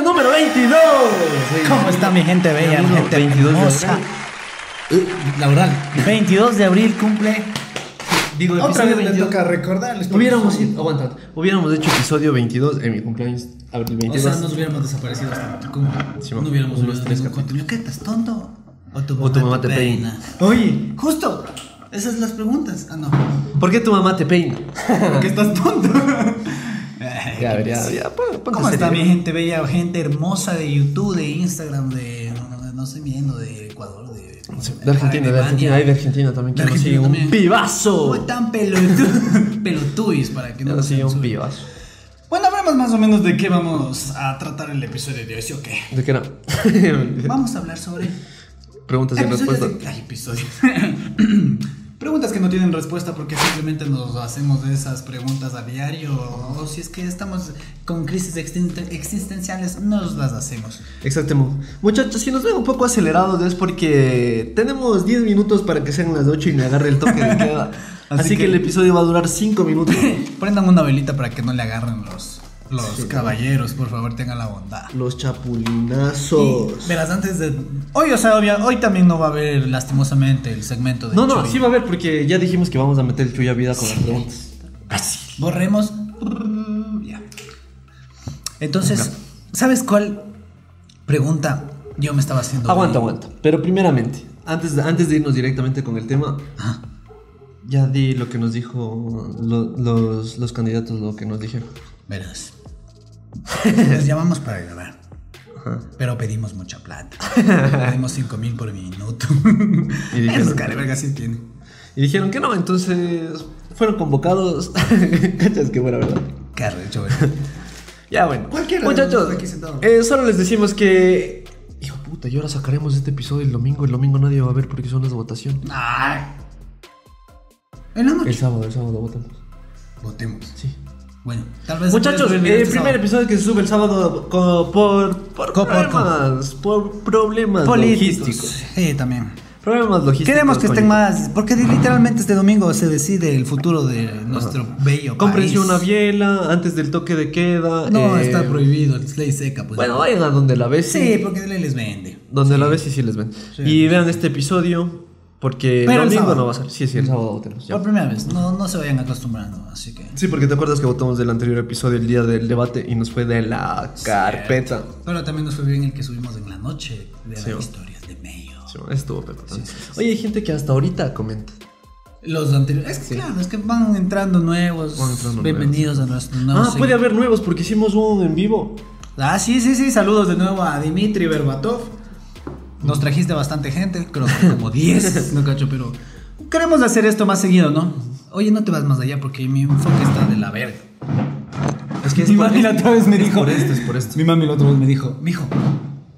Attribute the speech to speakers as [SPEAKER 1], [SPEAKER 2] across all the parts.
[SPEAKER 1] 22.
[SPEAKER 2] ¿Cómo está mi gente bella, mi gente
[SPEAKER 1] 22 de
[SPEAKER 2] hermosa?
[SPEAKER 1] abril. este Eh, Laboral.
[SPEAKER 2] 22 de abril cumple.
[SPEAKER 1] Digo,
[SPEAKER 2] Otra
[SPEAKER 1] episodio
[SPEAKER 2] vez me
[SPEAKER 1] 22.
[SPEAKER 2] toca recordarles. porque
[SPEAKER 1] Hubiéramos,
[SPEAKER 2] son-
[SPEAKER 1] ido- aguanta, aguanta. hubiéramos hecho episodio 22 en mi cumpleaños, abril
[SPEAKER 3] O
[SPEAKER 1] 22.
[SPEAKER 3] sea, nos hubiéramos desaparecido hasta tu cumple.
[SPEAKER 1] Sí,
[SPEAKER 3] no
[SPEAKER 1] mamá.
[SPEAKER 3] hubiéramos
[SPEAKER 1] Unos
[SPEAKER 3] hablado
[SPEAKER 1] tres
[SPEAKER 3] ningún contenido. ¿Qué estás tonto? O tu mamá,
[SPEAKER 1] tu mamá te peina.
[SPEAKER 2] Oye,
[SPEAKER 3] Justo. Esas las preguntas. Ah, no.
[SPEAKER 1] ¿Por qué tu mamá te peina?
[SPEAKER 3] Porque estás tonto. Ay,
[SPEAKER 1] Ya, ya,
[SPEAKER 3] qué pesa.
[SPEAKER 1] ya. pon- ponte
[SPEAKER 2] ¿cómo está
[SPEAKER 1] serio.
[SPEAKER 2] mi gente bella, gente hermosa
[SPEAKER 3] Hermosa
[SPEAKER 2] de
[SPEAKER 3] de YouTube, de Instagram, de. No, no, no sé, viendo de Ecuador, de.
[SPEAKER 1] De Argentina, de Argentina, hay de Argentina también. que
[SPEAKER 3] De
[SPEAKER 1] nos sigue
[SPEAKER 3] Argentina
[SPEAKER 1] un
[SPEAKER 3] también.
[SPEAKER 1] pibazo.
[SPEAKER 3] No tan pelotu- pelotuis para que no
[SPEAKER 1] Nos sigue un
[SPEAKER 3] censuren.
[SPEAKER 1] pibazo.
[SPEAKER 3] Bueno, hablemos más o menos de qué vamos a tratar el episodio de hoy, ¿sí o qué?
[SPEAKER 1] ¿De qué no?
[SPEAKER 3] Vamos a hablar sobre
[SPEAKER 1] Preguntas y
[SPEAKER 3] episodios
[SPEAKER 1] respuestas.
[SPEAKER 3] de- ay, episodios. preguntas que no tienen respuesta porque simplemente nos hacemos esas preguntas a diario o si es que estamos con crisis existen- existenciales nos las hacemos.
[SPEAKER 1] Exacto. Muchachos, si nos ven un poco acelerados es porque tenemos 10 minutos para que sean las 8 y me agarre el toque de queda. Así,
[SPEAKER 3] Así
[SPEAKER 1] que,
[SPEAKER 3] que-
[SPEAKER 1] el episodio va a durar 5 minutos.
[SPEAKER 3] Prendan una velita para que no le agarren los los caballeros, por favor, tengan la bondad.
[SPEAKER 1] Los
[SPEAKER 3] Y,
[SPEAKER 1] chapulinazos.
[SPEAKER 3] verás, antes de. Hoy, o sea, obvia- hoy también no va a haber lastimosamente el segmento de.
[SPEAKER 1] No, no,
[SPEAKER 3] Chuy.
[SPEAKER 1] sí va a haber porque ya dijimos que vamos a meter el chuya vida con las preguntas.
[SPEAKER 3] Borremos. Ya. Entonces, ¿sabes cuál pregunta yo me estaba haciendo?
[SPEAKER 1] Aguanta, aguanta. Pero primeramente, antes de, antes de irnos directamente con el tema,
[SPEAKER 3] Ajá.
[SPEAKER 1] ya di lo que nos dijo lo- los, los candidatos, lo que nos dijeron.
[SPEAKER 3] Verás. Nos llamamos para grabar.
[SPEAKER 1] Ajá.
[SPEAKER 3] Pero pedimos mucha plata. pedimos 5 mil por minuto.
[SPEAKER 1] Y dijeron-
[SPEAKER 3] Esos carevergas sí tienen.
[SPEAKER 1] Y dijeron que no, entonces fueron convocados. Cachas, que buena verdad.
[SPEAKER 3] Carrecho, güey. Ah,
[SPEAKER 1] Ya bueno.
[SPEAKER 3] Cualquiera,
[SPEAKER 1] Muchachos,
[SPEAKER 3] aquí sentado.
[SPEAKER 1] eh, solo les decimos que. Hijo puta, y ahora sacaremos este episodio el domingo. El domingo nadie va a ver porque son las votaciones.
[SPEAKER 3] Ay. En la
[SPEAKER 1] El
[SPEAKER 3] noche.
[SPEAKER 1] sábado, el sábado votamos.
[SPEAKER 3] Votemos.
[SPEAKER 1] Sí.
[SPEAKER 3] Bueno, tal vez.
[SPEAKER 1] Muchachos,
[SPEAKER 3] tal
[SPEAKER 1] el
[SPEAKER 3] vez el
[SPEAKER 1] primer
[SPEAKER 3] sábado.
[SPEAKER 1] episodio que se sube el sábado co- por, por
[SPEAKER 3] Co- por-
[SPEAKER 1] problemas. Por problemas
[SPEAKER 2] Políticos.
[SPEAKER 1] logísticos.
[SPEAKER 3] Sí, también.
[SPEAKER 1] Problemas logísticos.
[SPEAKER 3] Queremos que estén
[SPEAKER 1] coño.
[SPEAKER 3] más, porque de- literalmente este domingo se decide el futuro de nuestro bello
[SPEAKER 1] Cómprense
[SPEAKER 3] país.
[SPEAKER 1] una biela antes del toque de queda.
[SPEAKER 3] No,
[SPEAKER 1] eh,
[SPEAKER 3] está prohibido, es ley seca. Pues.
[SPEAKER 1] Bueno, vayan a donde la ves.
[SPEAKER 3] sí, porque ley les vende.
[SPEAKER 1] Donde la ves y sí les ven. Y vean este episodio. Porque
[SPEAKER 3] Pero
[SPEAKER 1] el
[SPEAKER 3] el
[SPEAKER 1] domingo
[SPEAKER 3] sábado.
[SPEAKER 1] no va a ser. Sí, sí, el sábado tenemos. ya.
[SPEAKER 3] Por primera vez, no, no se vayan acostumbrando, así que...
[SPEAKER 1] Sí, porque te acuerdas que votamos del anterior episodio el día del debate y nos fue de la carpeta.
[SPEAKER 3] Pero también nos fue bien el que subimos en la noche de las
[SPEAKER 1] Sí.
[SPEAKER 3] historias de Mayo.
[SPEAKER 1] Sí, estuvo pepa. Oye, hay gente que hasta ahorita comenta.
[SPEAKER 3] Los anteriores, es que claro, es que van entrando nuevos,
[SPEAKER 1] Van entrando
[SPEAKER 3] bienvenidos a nuestros
[SPEAKER 1] ah,
[SPEAKER 3] nuevos...
[SPEAKER 1] puede haber nuevos porque hicimos un en vivo.
[SPEAKER 3] Ah, sí, sí, sí, saludos de nuevo a Dimitri Berbatov. Nos trajiste bastante gente, creo que como 10, no cacho, pero queremos hacer esto más seguido, ¿no? Oye, no te vas más allá porque mi enfoque está de la verga.
[SPEAKER 1] Es que
[SPEAKER 3] Mi mami la otra vez me
[SPEAKER 1] es
[SPEAKER 3] dijo-
[SPEAKER 1] Por esto, es por esto.
[SPEAKER 3] Mi mami la otra vez me dijo, mijo,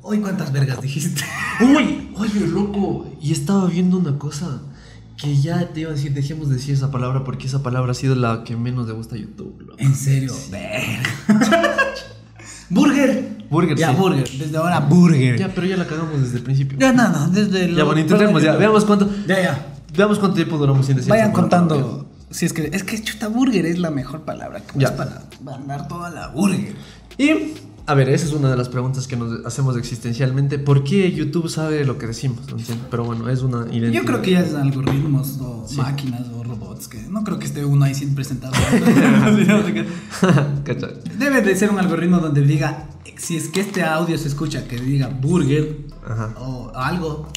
[SPEAKER 3] hoy cuántas vergas dijiste.
[SPEAKER 1] Uy, oye, loco. Y estaba viendo una cosa que ya te iba a decir, dejemos de decir esa palabra porque esa palabra ha sido la que menos le gusta a YouTube. loco.
[SPEAKER 3] En serio, verga. burger.
[SPEAKER 1] Burger,
[SPEAKER 3] Ya,
[SPEAKER 1] sí.
[SPEAKER 3] burger. Desde ahora, burger.
[SPEAKER 1] Ya, pero ya la cagamos desde el principio.
[SPEAKER 3] Ya, no, no, desde
[SPEAKER 1] Ya,
[SPEAKER 3] lo-
[SPEAKER 1] bueno, intentemos, ya.
[SPEAKER 3] perdón,
[SPEAKER 1] Veamos cuánto.
[SPEAKER 3] Ya, ya.
[SPEAKER 1] Veamos cuánto tiempo duramos sin decir.
[SPEAKER 3] Vayan
[SPEAKER 1] esa palabra.
[SPEAKER 3] contando. Si es que es que chuta burger es la mejor palabra que
[SPEAKER 1] Ya.
[SPEAKER 3] es para mandar toda la burger.
[SPEAKER 1] Y, a ver, esa es una de las preguntas que nos hacemos existencialmente. ¿por qué YouTube sabe lo que decimos? No entiendo, Pero bueno, es una identidad.
[SPEAKER 3] Yo creo que ya es algoritmos o máquinas o robots que no creo que esté uno ahí sin presentar.
[SPEAKER 1] Cacha.
[SPEAKER 3] Debe de ser un algoritmo donde diga si es que este audio se escucha que diga burger
[SPEAKER 1] Ajá.
[SPEAKER 3] o algo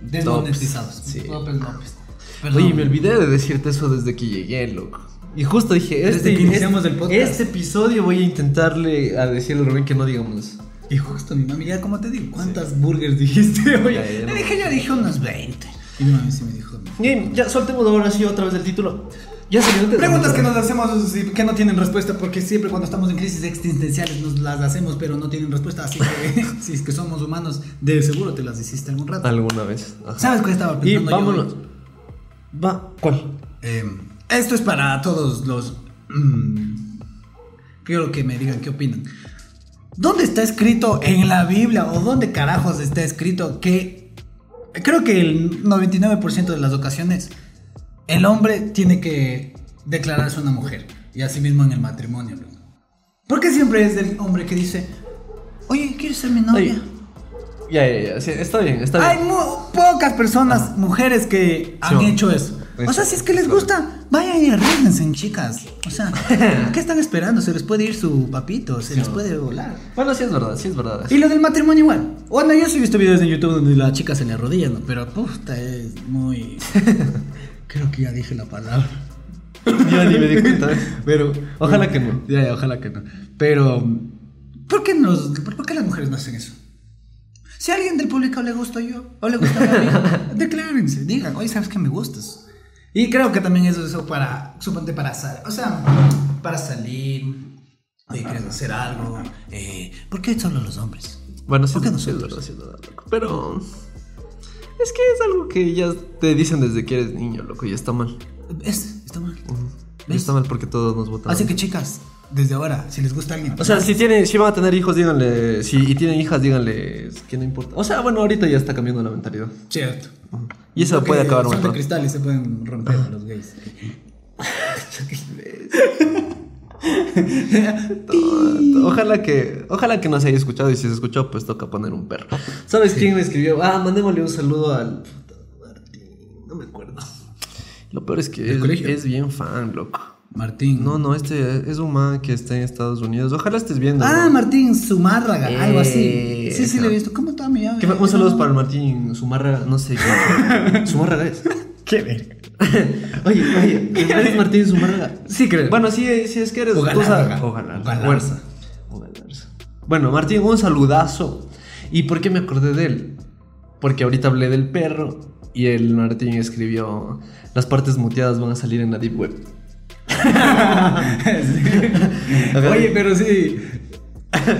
[SPEAKER 3] desmonetizados.
[SPEAKER 1] Tops, sí.
[SPEAKER 3] López López.
[SPEAKER 1] Oye,
[SPEAKER 3] Perdón.
[SPEAKER 1] me olvidé de decirte eso desde que llegué, loco. Y justo dije,
[SPEAKER 3] Desde
[SPEAKER 1] este,
[SPEAKER 3] que iniciamos
[SPEAKER 1] este-
[SPEAKER 3] el podcast.
[SPEAKER 1] este episodio voy a intentarle a decirle a Rubén que no digamos eso.
[SPEAKER 3] Y justo mi mami, ya como te digo, ¿cuántas burgers dijiste hoy?
[SPEAKER 1] Ya, ya, ya
[SPEAKER 3] Le
[SPEAKER 1] no.
[SPEAKER 3] dije, yo dije unos 20. Y mi mami sí me dijo.
[SPEAKER 1] Bien, ya soltemos ahora sí otra vez el título. Ya se me-
[SPEAKER 3] Preguntas que nos hacemos y que no tienen respuesta, porque siempre cuando estamos en crisis existenciales nos las hacemos, pero no tienen respuesta. Así que si es que somos humanos, de seguro te las hiciste algún rato.
[SPEAKER 1] Alguna vez. Ajá.
[SPEAKER 3] ¿Sabes cuál estaba
[SPEAKER 1] Y
[SPEAKER 3] pensando? yo
[SPEAKER 1] vámonos.
[SPEAKER 3] hoy?
[SPEAKER 1] Va, ¿cuál?
[SPEAKER 3] Eh, esto es para todos los. mm, quiero que me digan qué opinan. ¿Dónde está escrito en la Biblia o dónde carajos está escrito que. Creo que el 99% de las ocasiones el hombre tiene que declararse una mujer y asimismo en el matrimonio. ¿no? ¿Por qué siempre es del hombre que dice, Oye, ¿quieres ser mi novia?
[SPEAKER 1] Ay, Ya, ya, ya. sí, está bien, está
[SPEAKER 3] Hay
[SPEAKER 1] bien.
[SPEAKER 3] muy pocas personas, mujeres, que han
[SPEAKER 1] Sí.
[SPEAKER 3] hecho eso. O sea, si es que les gusta, vayan y arriesguense, chicas. O sea, ¿qué están esperando? Se les puede ir su papito, se les puede volar.
[SPEAKER 1] Bueno, sí es verdad, sí es verdad.
[SPEAKER 3] Y lo del matrimonio igual. Bueno, yo sí he visto videos en YouTube donde la chica se le arrodilla, ¿no? Pero puta, es muy... Creo que ya dije la palabra.
[SPEAKER 1] Yo ni me di cuenta.
[SPEAKER 3] Pero...
[SPEAKER 1] Ojalá que no.
[SPEAKER 3] Ya, ya, ojalá que no. Pero... ¿Por qué, nos, por, por qué las mujeres no hacen eso? Si a alguien del público le gusto yo, o le gusta a mí, declárense, digan, oye, ¿sabes que me gustas? Y creo que también eso es eso para, suponte, para, sal- o sea, para salir, oye, quieres hacer algo. Eh, ¿Por qué solo los hombres?
[SPEAKER 1] Bueno, sí,
[SPEAKER 3] ¿Por qué
[SPEAKER 1] es- sí es
[SPEAKER 3] nosotros?
[SPEAKER 1] verdad, sí es verdad, loco. Pero. Es que es algo que ya te dicen desde que eres niño, loco, y está mal.
[SPEAKER 3] Es, está mal.
[SPEAKER 1] Y está mal porque todos nos votan.
[SPEAKER 3] Así que chicas, desde ahora, si les gusta alguien.
[SPEAKER 1] O sea, si tienen, si van a tener hijos, díganle. Si y tienen hijas, díganle que no importa. O sea, bueno, ahorita ya está cambiando la mentalidad.
[SPEAKER 3] cierto.
[SPEAKER 1] Y eso
[SPEAKER 3] Porque
[SPEAKER 1] puede acabar
[SPEAKER 3] son
[SPEAKER 1] un
[SPEAKER 3] de
[SPEAKER 1] montón.
[SPEAKER 3] cristal y se pueden romper los gays.
[SPEAKER 1] Tonto. Ojalá que, ojalá que no se haya escuchado y si se escuchó, pues toca poner un perro. ¿Sabes quién me escribió? Ah, mandémosle un saludo al puta Martín, no me acuerdo. Lo peor es que es,
[SPEAKER 3] colegio?
[SPEAKER 1] es bien fan, loco.
[SPEAKER 3] Martín.
[SPEAKER 1] No, no, este es un man que está en Estados Unidos. Ojalá estés viendo.
[SPEAKER 3] Ah,
[SPEAKER 1] ¿no?
[SPEAKER 3] Martín Zumárraga,
[SPEAKER 1] Eh,
[SPEAKER 3] algo así. Sí, sí,
[SPEAKER 1] ese.
[SPEAKER 3] le he visto. ¿Cómo está mi llave?
[SPEAKER 1] Eh, Que- un saludo para el Martín Zumárraga, no sé qué. Zumárraga es.
[SPEAKER 3] ¿Qué ver?
[SPEAKER 1] oye, oye, ¿eres Martín Zumárraga?
[SPEAKER 3] Sí, creo.
[SPEAKER 1] Bueno, sí, sí, es que eres.
[SPEAKER 3] Ojalá,
[SPEAKER 1] tú sabes-
[SPEAKER 3] ojalá.
[SPEAKER 1] ojalá,
[SPEAKER 3] Ojalá.
[SPEAKER 1] fuerza. Ojalá. Bueno, Martín, un saludazo. ¿Y por qué me acordé de él? Porque ahorita hablé del perro y el Martín escribió: Las partes muteadas van a salir en la Deep Web. Ajá.
[SPEAKER 3] Oye, pero sí.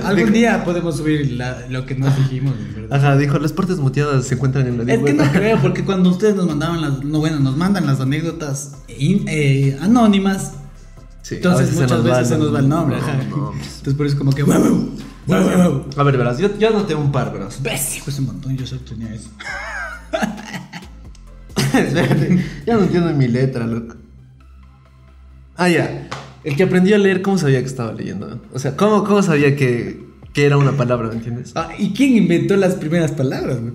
[SPEAKER 3] Algún día podemos subir la- lo que nos dijimos, en ¿verdad?
[SPEAKER 1] Ajá, dijo: Las partes muteadas se encuentran en la Deep
[SPEAKER 3] Es que
[SPEAKER 1] Web.
[SPEAKER 3] no creo, porque cuando ustedes nos mandaban las, no, bueno, nos mandan las anécdotas in- eh, anónimas,
[SPEAKER 1] Sí, a
[SPEAKER 3] entonces
[SPEAKER 1] veces se
[SPEAKER 3] muchas
[SPEAKER 1] nos va
[SPEAKER 3] veces se nos va el nombre, ajá.
[SPEAKER 1] nombres.
[SPEAKER 3] Entonces por eso es como que wow, wow, wow, wow.
[SPEAKER 1] A ver, verás, yo, yo anoté un par, verás.
[SPEAKER 3] Ves, hijo, ese montón, yo solo tenía eso.
[SPEAKER 1] Espérate, ya no entiendo mi letra, loco. Ah, ya. El que aprendió a leer, ¿cómo sabía que estaba leyendo? O sea, ¿cómo, cómo sabía que, que era una palabra, ¿me entiendes?
[SPEAKER 3] Ah, ¿y quién inventó las primeras palabras, güey?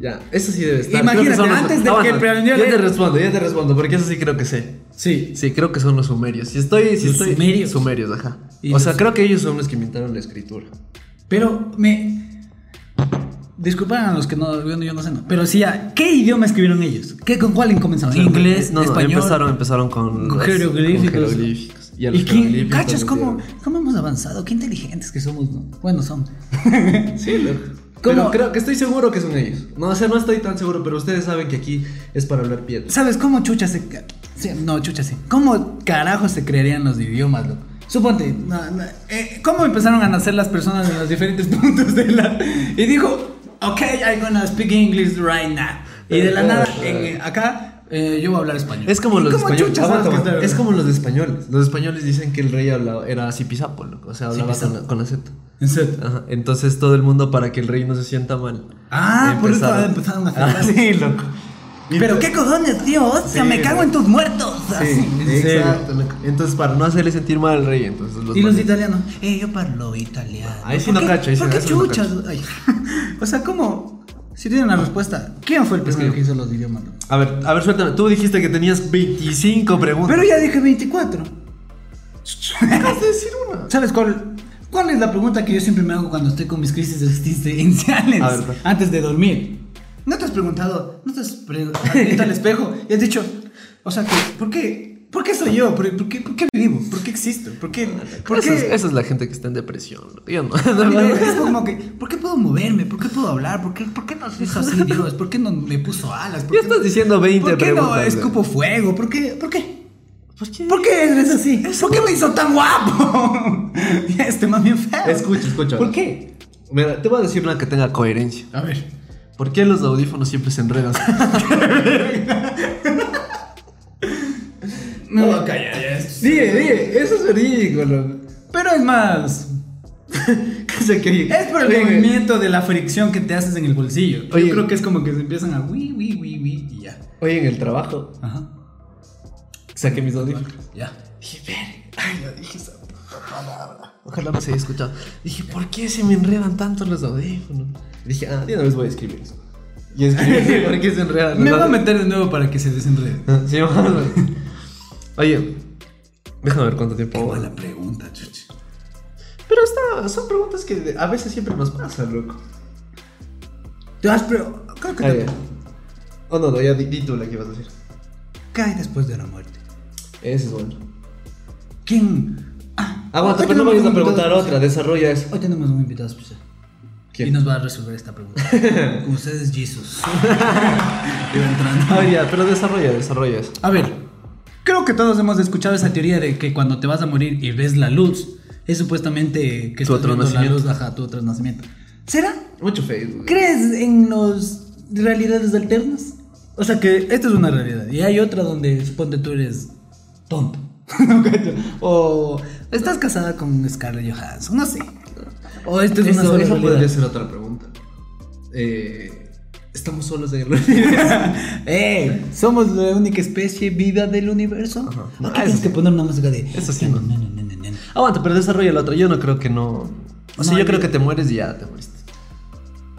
[SPEAKER 1] Ya, eso sí debe estar.
[SPEAKER 3] Imagínate,
[SPEAKER 1] Creo que son
[SPEAKER 3] antes de
[SPEAKER 1] Ah,
[SPEAKER 3] que
[SPEAKER 1] bueno,
[SPEAKER 3] aprendió a
[SPEAKER 1] Ya te
[SPEAKER 3] leer.
[SPEAKER 1] respondo, ya te respondo, porque eso sí creo que sé.
[SPEAKER 3] Sí.
[SPEAKER 1] Sí, creo que son los sumerios. Si estoy, si
[SPEAKER 3] Los
[SPEAKER 1] estoy-
[SPEAKER 3] sumerios.
[SPEAKER 1] Sumerios, ajá.
[SPEAKER 3] Y
[SPEAKER 1] O sea,
[SPEAKER 3] los-
[SPEAKER 1] creo que ellos son los que inventaron la escritura.
[SPEAKER 3] Pero me. Disculpen a los que no, yo no, yo no sé, no. Pero sí, ¿a ¿qué idioma escribieron ellos? ¿Qué, ¿Con cuál comenzaron? ¿Inglés?
[SPEAKER 1] No, no,
[SPEAKER 3] ¿Español?
[SPEAKER 1] empezaron, empezaron con,
[SPEAKER 3] Con
[SPEAKER 1] los-
[SPEAKER 3] jeroglíficos.
[SPEAKER 1] con jeroglíficos. Y, a los
[SPEAKER 3] ¿Y quién?
[SPEAKER 1] jeroglíficos
[SPEAKER 3] ¿Cachas
[SPEAKER 1] los
[SPEAKER 3] cómo,
[SPEAKER 1] dieron.
[SPEAKER 3] cómo hemos avanzado? Qué inteligentes que somos, ¿no? Bueno, son.
[SPEAKER 1] Sí, loco.
[SPEAKER 3] ¿Cómo?
[SPEAKER 1] Pero creo que estoy seguro que son ellos. No, o sea, no estoy tan seguro, pero ustedes saben que aquí es para hablar piedras.
[SPEAKER 3] ¿Sabes cómo chucha se.? ca- sí, no, chucha sí. ¿Cómo carajo se crearían los idiomas, loco? Suponte, na- na- eh, ¿cómo empezaron a nacer las personas en los diferentes puntos de la. Y dijo, ok, I'm gonna speak English right now. Y de la nada, en- acá, eh, yo voy a hablar español.
[SPEAKER 1] Eh, Es como
[SPEAKER 3] ¿Y
[SPEAKER 1] los
[SPEAKER 3] cómo
[SPEAKER 1] españoles.
[SPEAKER 3] chucha sabes
[SPEAKER 1] Aguanta,
[SPEAKER 3] que
[SPEAKER 1] aguanta.
[SPEAKER 3] está-
[SPEAKER 1] Es como los de españoles. Los españoles dicen que el rey hablaba, era zipizapo, loco. O sea, hablaba con
[SPEAKER 3] Zipizapo.
[SPEAKER 1] la, con la Z.
[SPEAKER 3] En serio.
[SPEAKER 1] Ajá. Entonces todo el mundo para que el rey no se sienta mal.
[SPEAKER 3] Ah, por eso empezaron a
[SPEAKER 1] Ah, sí, loco.
[SPEAKER 3] Pero qué cojones, tío. O sea,
[SPEAKER 1] Sí,
[SPEAKER 3] me cago
[SPEAKER 1] güey.
[SPEAKER 3] en tus muertos.
[SPEAKER 1] Ah, Sí,
[SPEAKER 3] Así.
[SPEAKER 1] exacto. loco. Entonces para no hacerle sentir mal al rey, entonces los
[SPEAKER 3] ¿Y los
[SPEAKER 1] mandan.
[SPEAKER 3] italianos? Eh, yo parlo italiano.
[SPEAKER 1] Ahí sí
[SPEAKER 3] ¿Por
[SPEAKER 1] no
[SPEAKER 3] qué-
[SPEAKER 1] cacho, ahí sí
[SPEAKER 3] ¿Por
[SPEAKER 1] no-
[SPEAKER 3] qué
[SPEAKER 1] eso no
[SPEAKER 3] chuchas? Ay, o sea, ¿cómo? Si tienen la respuesta, ¿quién fue el pesquero que hizo los idiomas? no?
[SPEAKER 1] A ver, a ver, suéltame. Tú dijiste que tenías 25 preguntas.
[SPEAKER 3] Pero ya dije 24.
[SPEAKER 1] acabas de decir una.
[SPEAKER 3] ¿Sabes cuál? ¿Cuál es la pregunta que yo siempre me hago cuando estoy con mis crisis existenciales
[SPEAKER 1] A ver, pues.
[SPEAKER 3] antes de dormir? ¿No te has preguntado? ¿No te has preguntado al espejo? Y has dicho, o sea, que, ¿por qué? ¿Por qué soy yo? ¿Por, por qué, por qué vivo? ¿Por qué existo? ¿Por qué? ¿Por
[SPEAKER 1] Esa, es,
[SPEAKER 3] qué?
[SPEAKER 1] esa es la gente que está en depresión. loco. Yo no.
[SPEAKER 3] Es como que, ¿por qué puedo moverme? ¿por qué puedo hablar? ¿Por qué, por qué nos hizo así Dios? ¿Por qué no me puso alas? ¿Por
[SPEAKER 1] Ya
[SPEAKER 3] qué-
[SPEAKER 1] estás diciendo 20
[SPEAKER 3] ¿Por qué no
[SPEAKER 1] preguntas, güey.
[SPEAKER 3] escupo fuego? ¿Por qué? ¿Por qué?
[SPEAKER 1] ¿Por qué?
[SPEAKER 3] ¿Por qué eres así? ¿Por qué me hizo tan guapo? Ya, este más bien feo.
[SPEAKER 1] Escucha, escucha.
[SPEAKER 3] ¿Por qué?
[SPEAKER 1] Mira, te voy a decir una que tenga coherencia.
[SPEAKER 3] A ver.
[SPEAKER 1] ¿Por qué los audífonos siempre se enredan?
[SPEAKER 3] No, calla, ya.
[SPEAKER 1] dile, dile, eso es ridículo.
[SPEAKER 3] Pero es más.
[SPEAKER 1] Cosa que oye,
[SPEAKER 3] Es por el
[SPEAKER 1] oye,
[SPEAKER 3] movimiento de la fricción que te haces en el bolsillo.
[SPEAKER 1] Oye.
[SPEAKER 3] Yo creo que es como que se empiezan a wi, wi, wi, wi y ya.
[SPEAKER 1] Oye, en el trabajo
[SPEAKER 3] Ajá.
[SPEAKER 1] saqué mis audífonos.
[SPEAKER 3] Ya.
[SPEAKER 1] Dije, "Ver, ay, lo dije esa puta palabra. Ojalá no se haya escuchado. Dije, ¿por qué se me enredan tanto los audífonos? Dije, ah, de una vez voy a escribir eso. Y escribí, ¿por qué se enredan?
[SPEAKER 3] Me
[SPEAKER 1] No
[SPEAKER 3] voy a
[SPEAKER 1] sé.
[SPEAKER 3] meter de nuevo para que se desenrede.
[SPEAKER 1] Sí, vamos. Oye, déjame ver cuánto tiempo.
[SPEAKER 3] Qué Oh, la pregunta, chuchi.
[SPEAKER 1] Pero está, son preguntas que de- a veces siempre nos pasan, loco.
[SPEAKER 3] Te vas, pero. Creo que
[SPEAKER 1] Ah,
[SPEAKER 3] te.
[SPEAKER 1] ya. Oh, no, no, ya di, di tú la que ibas a decir.
[SPEAKER 3] ¿Qué hay después de la muerte?
[SPEAKER 1] Ese es bueno.
[SPEAKER 3] ¿Quién? Ah,
[SPEAKER 1] Aguanta,
[SPEAKER 3] hoy
[SPEAKER 1] pero no me
[SPEAKER 3] tenemos
[SPEAKER 1] vayas a
[SPEAKER 3] un
[SPEAKER 1] preguntar
[SPEAKER 3] invitado
[SPEAKER 1] otra, desarrolla eso.
[SPEAKER 3] especial. Hoy tenemos un invitado especial.
[SPEAKER 1] ¿Quién?
[SPEAKER 3] Y nos va a resolver esta pregunta. Con ustedes, Jesus. Iba entrando.
[SPEAKER 1] Ah, ya, pero desarrolla, desarrolla eso.
[SPEAKER 3] A ver, creo que todos hemos escuchado esa teoría de que cuando te vas a morir y ves la luz, es supuestamente que
[SPEAKER 1] Tu
[SPEAKER 3] estás
[SPEAKER 1] otro
[SPEAKER 3] viendo la
[SPEAKER 1] nacimiento.
[SPEAKER 3] luz, ajá, tu otro nacimiento. ¿Será?
[SPEAKER 1] Mucho Facebook.
[SPEAKER 3] ¿Crees en las realidades alternas? O sea que esta es una realidad y hay otra donde suponte tú eres tonto. No cacho. o estás casada con Scarlett Johansson, no sé. O esta es una
[SPEAKER 1] Eso,
[SPEAKER 3] sola
[SPEAKER 1] eso
[SPEAKER 3] realidad.
[SPEAKER 1] podría ser otra pregunta. Eh, estamos solos en el universo.
[SPEAKER 3] ¡Ey! Eh, Somos la única especie viva del universo.
[SPEAKER 1] Ajá.
[SPEAKER 3] Ah,
[SPEAKER 1] No,
[SPEAKER 3] que
[SPEAKER 1] eso
[SPEAKER 3] tienes que
[SPEAKER 1] sí.
[SPEAKER 3] poner una música de.
[SPEAKER 1] Eso sí,
[SPEAKER 3] No,
[SPEAKER 1] no.
[SPEAKER 3] no, no, no, no, no.
[SPEAKER 1] Aguanta, pero desarrolla la otra. Yo no creo que no. O sea,
[SPEAKER 3] No,
[SPEAKER 1] yo
[SPEAKER 3] yo-
[SPEAKER 1] creo que te mueres y ya te moriste.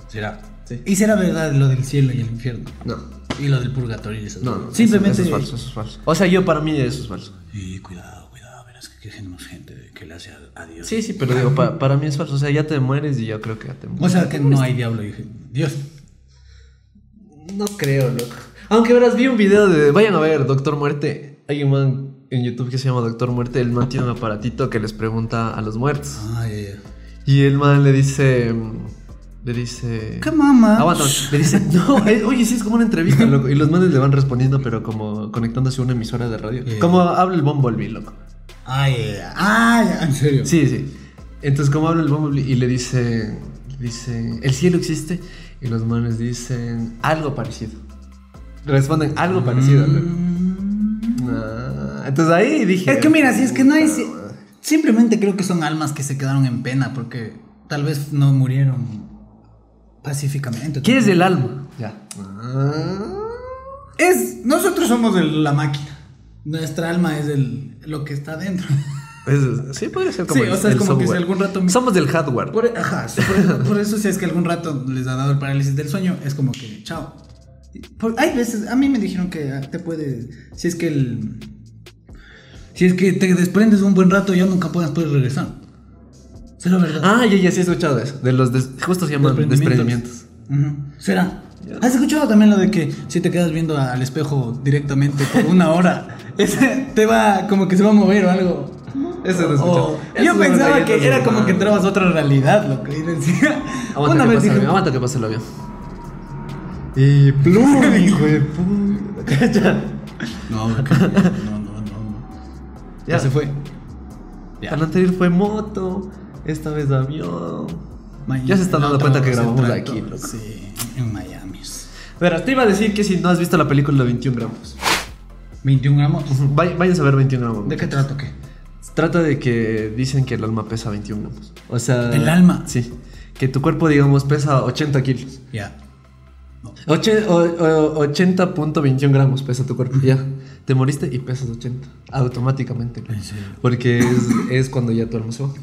[SPEAKER 3] Será.
[SPEAKER 1] Sí.
[SPEAKER 3] Y será verdad lo del cielo y el infierno.
[SPEAKER 1] No,
[SPEAKER 3] Y lo del purgatorio y eso.
[SPEAKER 1] no, no. Eso
[SPEAKER 3] Simplemente.
[SPEAKER 1] es falso, eso es falso. O sea, yo para mí eso es falso.
[SPEAKER 3] Y cuidado, cuidado. Verás que creen más gente que le hace a- a Dios.
[SPEAKER 1] Sí, sí, pero digo, pa- para mí es falso. O sea, ya te mueres y yo creo que ya te
[SPEAKER 3] O
[SPEAKER 1] mueres.
[SPEAKER 3] sea que no hay diablo, dije. Dios.
[SPEAKER 1] No creo, loco. Aunque verás, vi un video de. Vayan a ver, Doctor Muerte. Hay un man en YouTube que se llama Doctor Muerte. El man tiene un aparatito que les pregunta a los muertos.
[SPEAKER 3] Ah, ya, ya.
[SPEAKER 1] Y el man le dice. mm, Le dice.
[SPEAKER 3] ¿Qué mamá?
[SPEAKER 1] Aguanta, le dice. No, eh, oye, sí, es como una entrevista, loco. Y los manes le van respondiendo, pero como conectándose a una emisora de radio.
[SPEAKER 3] Eh.
[SPEAKER 1] Como habla el Bumblebee, loco.
[SPEAKER 3] Ah, ya, ya. Ah, ya, en serio.
[SPEAKER 1] Sí, sí. Entonces, como habla el Bumblebee y le dice, le dice, ¿el cielo existe? Y los manes dicen algo parecido. Responden algo parecido. loco. Ah, entonces ahí dije.
[SPEAKER 3] Mm. Es que mira, si es que no hay. si-
[SPEAKER 1] "Puta madre".
[SPEAKER 3] Simplemente creo que son almas que se quedaron en pena porque tal vez no murieron pacíficamente.
[SPEAKER 1] ¿Qué es el alma? Ya.
[SPEAKER 3] Ah. Es. Nosotros somos el- la máquina. Nuestra alma es el, lo que está dentro.
[SPEAKER 1] Es- Pues, sí, podría ser como
[SPEAKER 3] Sí,
[SPEAKER 1] el,
[SPEAKER 3] o sea, es
[SPEAKER 1] el
[SPEAKER 3] como que si
[SPEAKER 1] software.
[SPEAKER 3] algún rato me-
[SPEAKER 1] Somos del hardware.
[SPEAKER 3] Por, e-, ajá, sí, por, por eso si es que algún rato les ha dado el parálisis del sueño, es como que, chao. Por- hay veces, a mí me dijeron que ah, te puede, si es que el... Si es que te desprendes un buen rato, ya nunca puedes, puedes regresar. ¿Será verdad?
[SPEAKER 1] Ah, ya, ya, sí he escuchado eso. De los des- justo se llaman
[SPEAKER 3] Desprendimientos.
[SPEAKER 1] desprendimientos.
[SPEAKER 3] Ujú. ¿Será? ¿Has escuchado también lo de que si te quedas viendo a- al espejo directamente por una hora, ese te va como que se va a mover o algo?
[SPEAKER 1] Eso no he
[SPEAKER 3] O-
[SPEAKER 1] escuchado. Eso
[SPEAKER 3] yo
[SPEAKER 1] son
[SPEAKER 3] pensaba
[SPEAKER 1] leyendas
[SPEAKER 3] que era como que
[SPEAKER 1] urbanas.
[SPEAKER 3] entrabas a otra realidad, lo que decía.
[SPEAKER 1] Aguanta
[SPEAKER 3] Una
[SPEAKER 1] que pase el
[SPEAKER 3] vez dije,
[SPEAKER 1] avión, aguanta que pase el avión. Y plum, hijo de puta. Cacha.
[SPEAKER 3] No, no, no, no. Ya se fue. Ya.
[SPEAKER 1] Al anterior fue moto, esta vez avión. ya se están
[SPEAKER 3] No,
[SPEAKER 1] dando
[SPEAKER 3] te
[SPEAKER 1] cuenta que
[SPEAKER 3] vamos
[SPEAKER 1] grabamos
[SPEAKER 3] a entrar
[SPEAKER 1] aquí,
[SPEAKER 3] todo.
[SPEAKER 1] loco.
[SPEAKER 3] Sí, en Miami.
[SPEAKER 1] Pero te iba a decir que si no has visto la película 21 gramos,
[SPEAKER 3] 21 gramos.
[SPEAKER 1] Vay- váyanse a ver 21 gramos.
[SPEAKER 3] ¿De qué trato qué?
[SPEAKER 1] Trata de que dicen que el alma pesa 21 gramos. O sea.
[SPEAKER 3] ¿El alma?
[SPEAKER 1] Sí. Que tu cuerpo, digamos, pesa 80 kilos.
[SPEAKER 3] Ya.
[SPEAKER 1] Oche- o- o- 80.21 gramos pesa tu cuerpo. Ya. Te moriste y pesas 80. Automáticamente.
[SPEAKER 3] En serio.
[SPEAKER 1] Porque es, es cuando ya tu alma se va.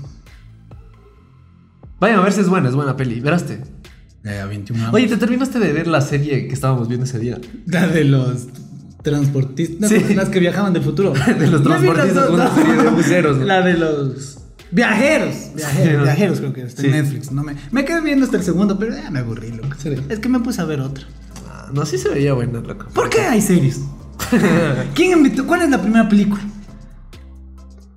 [SPEAKER 1] Vayan a ver si es buena, es buena peli. Veraste.
[SPEAKER 3] Ya, 21 gramos.
[SPEAKER 1] Oye, ¿te terminaste de ver la serie que estábamos viendo ese día?
[SPEAKER 3] La de los transportistas.
[SPEAKER 1] Sí.
[SPEAKER 3] no, Las que viajaban del futuro.
[SPEAKER 1] De los
[SPEAKER 3] La vi las
[SPEAKER 1] transportistas,
[SPEAKER 3] dos,
[SPEAKER 1] una
[SPEAKER 3] no.
[SPEAKER 1] serie de buceros, ¿no?
[SPEAKER 3] La de los. Viajeros, viajeros,
[SPEAKER 1] Sí, ¿no?
[SPEAKER 3] viajeros creo que está en
[SPEAKER 1] Sí.
[SPEAKER 3] Netflix. No me, me quedé viendo hasta el segundo, pero ya me aburrí, loco.
[SPEAKER 1] serio?
[SPEAKER 3] Es que me puse a ver otra.
[SPEAKER 1] Ah, No, sí se veía buena, loco.
[SPEAKER 3] ¿Por qué hay series? ¿Quién invitó? ¿Cuál es la primera película?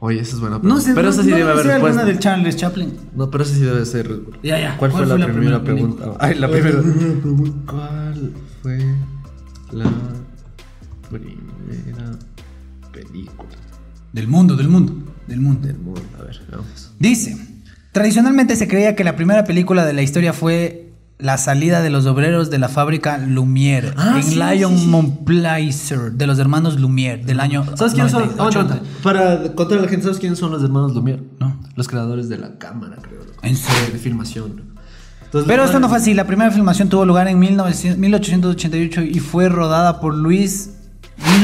[SPEAKER 1] Oye, esa es buena.
[SPEAKER 3] No
[SPEAKER 1] pregunta.
[SPEAKER 3] sé,
[SPEAKER 1] pero
[SPEAKER 3] no,
[SPEAKER 1] esa sí
[SPEAKER 3] no
[SPEAKER 1] debe
[SPEAKER 3] sé
[SPEAKER 1] haber
[SPEAKER 3] alguna
[SPEAKER 1] respuesta.
[SPEAKER 3] del Charles Chaplin.
[SPEAKER 1] No, pero esa sí debe ser.
[SPEAKER 3] Ya, ya.
[SPEAKER 1] ¿Cuál, fue, la, primera, pregunta? Ay, la
[SPEAKER 3] ¿Cuál fue
[SPEAKER 1] primera.
[SPEAKER 3] la primera pregunta?
[SPEAKER 1] ¿Cuál fue la primera película
[SPEAKER 3] Del mundo, del mundo, del mundo.
[SPEAKER 1] del mundo? A ver, vamos.
[SPEAKER 3] Dice, tradicionalmente se creía que la primera película de la historia fue la salida de los obreros de la fábrica Lumière
[SPEAKER 1] Ah,
[SPEAKER 3] en
[SPEAKER 1] sí,
[SPEAKER 3] Lyon
[SPEAKER 1] sí, sí.
[SPEAKER 3] Montplaisir de los hermanos Lumière del año
[SPEAKER 1] ¿Sabes quiénes son? Ah,
[SPEAKER 3] 98.
[SPEAKER 1] Aguanta, aguanta. Para contar a la gente, ¿sabes quiénes son los hermanos Lumière?
[SPEAKER 3] No.
[SPEAKER 1] Los creadores de la cámara, creo. loco.
[SPEAKER 3] ¿En serio?
[SPEAKER 1] De filmación. Entonces,
[SPEAKER 3] Pero
[SPEAKER 1] los
[SPEAKER 3] esto no
[SPEAKER 1] manes-
[SPEAKER 3] fue así, la primera filmación tuvo lugar en 1900 1888 y fue rodada por Luis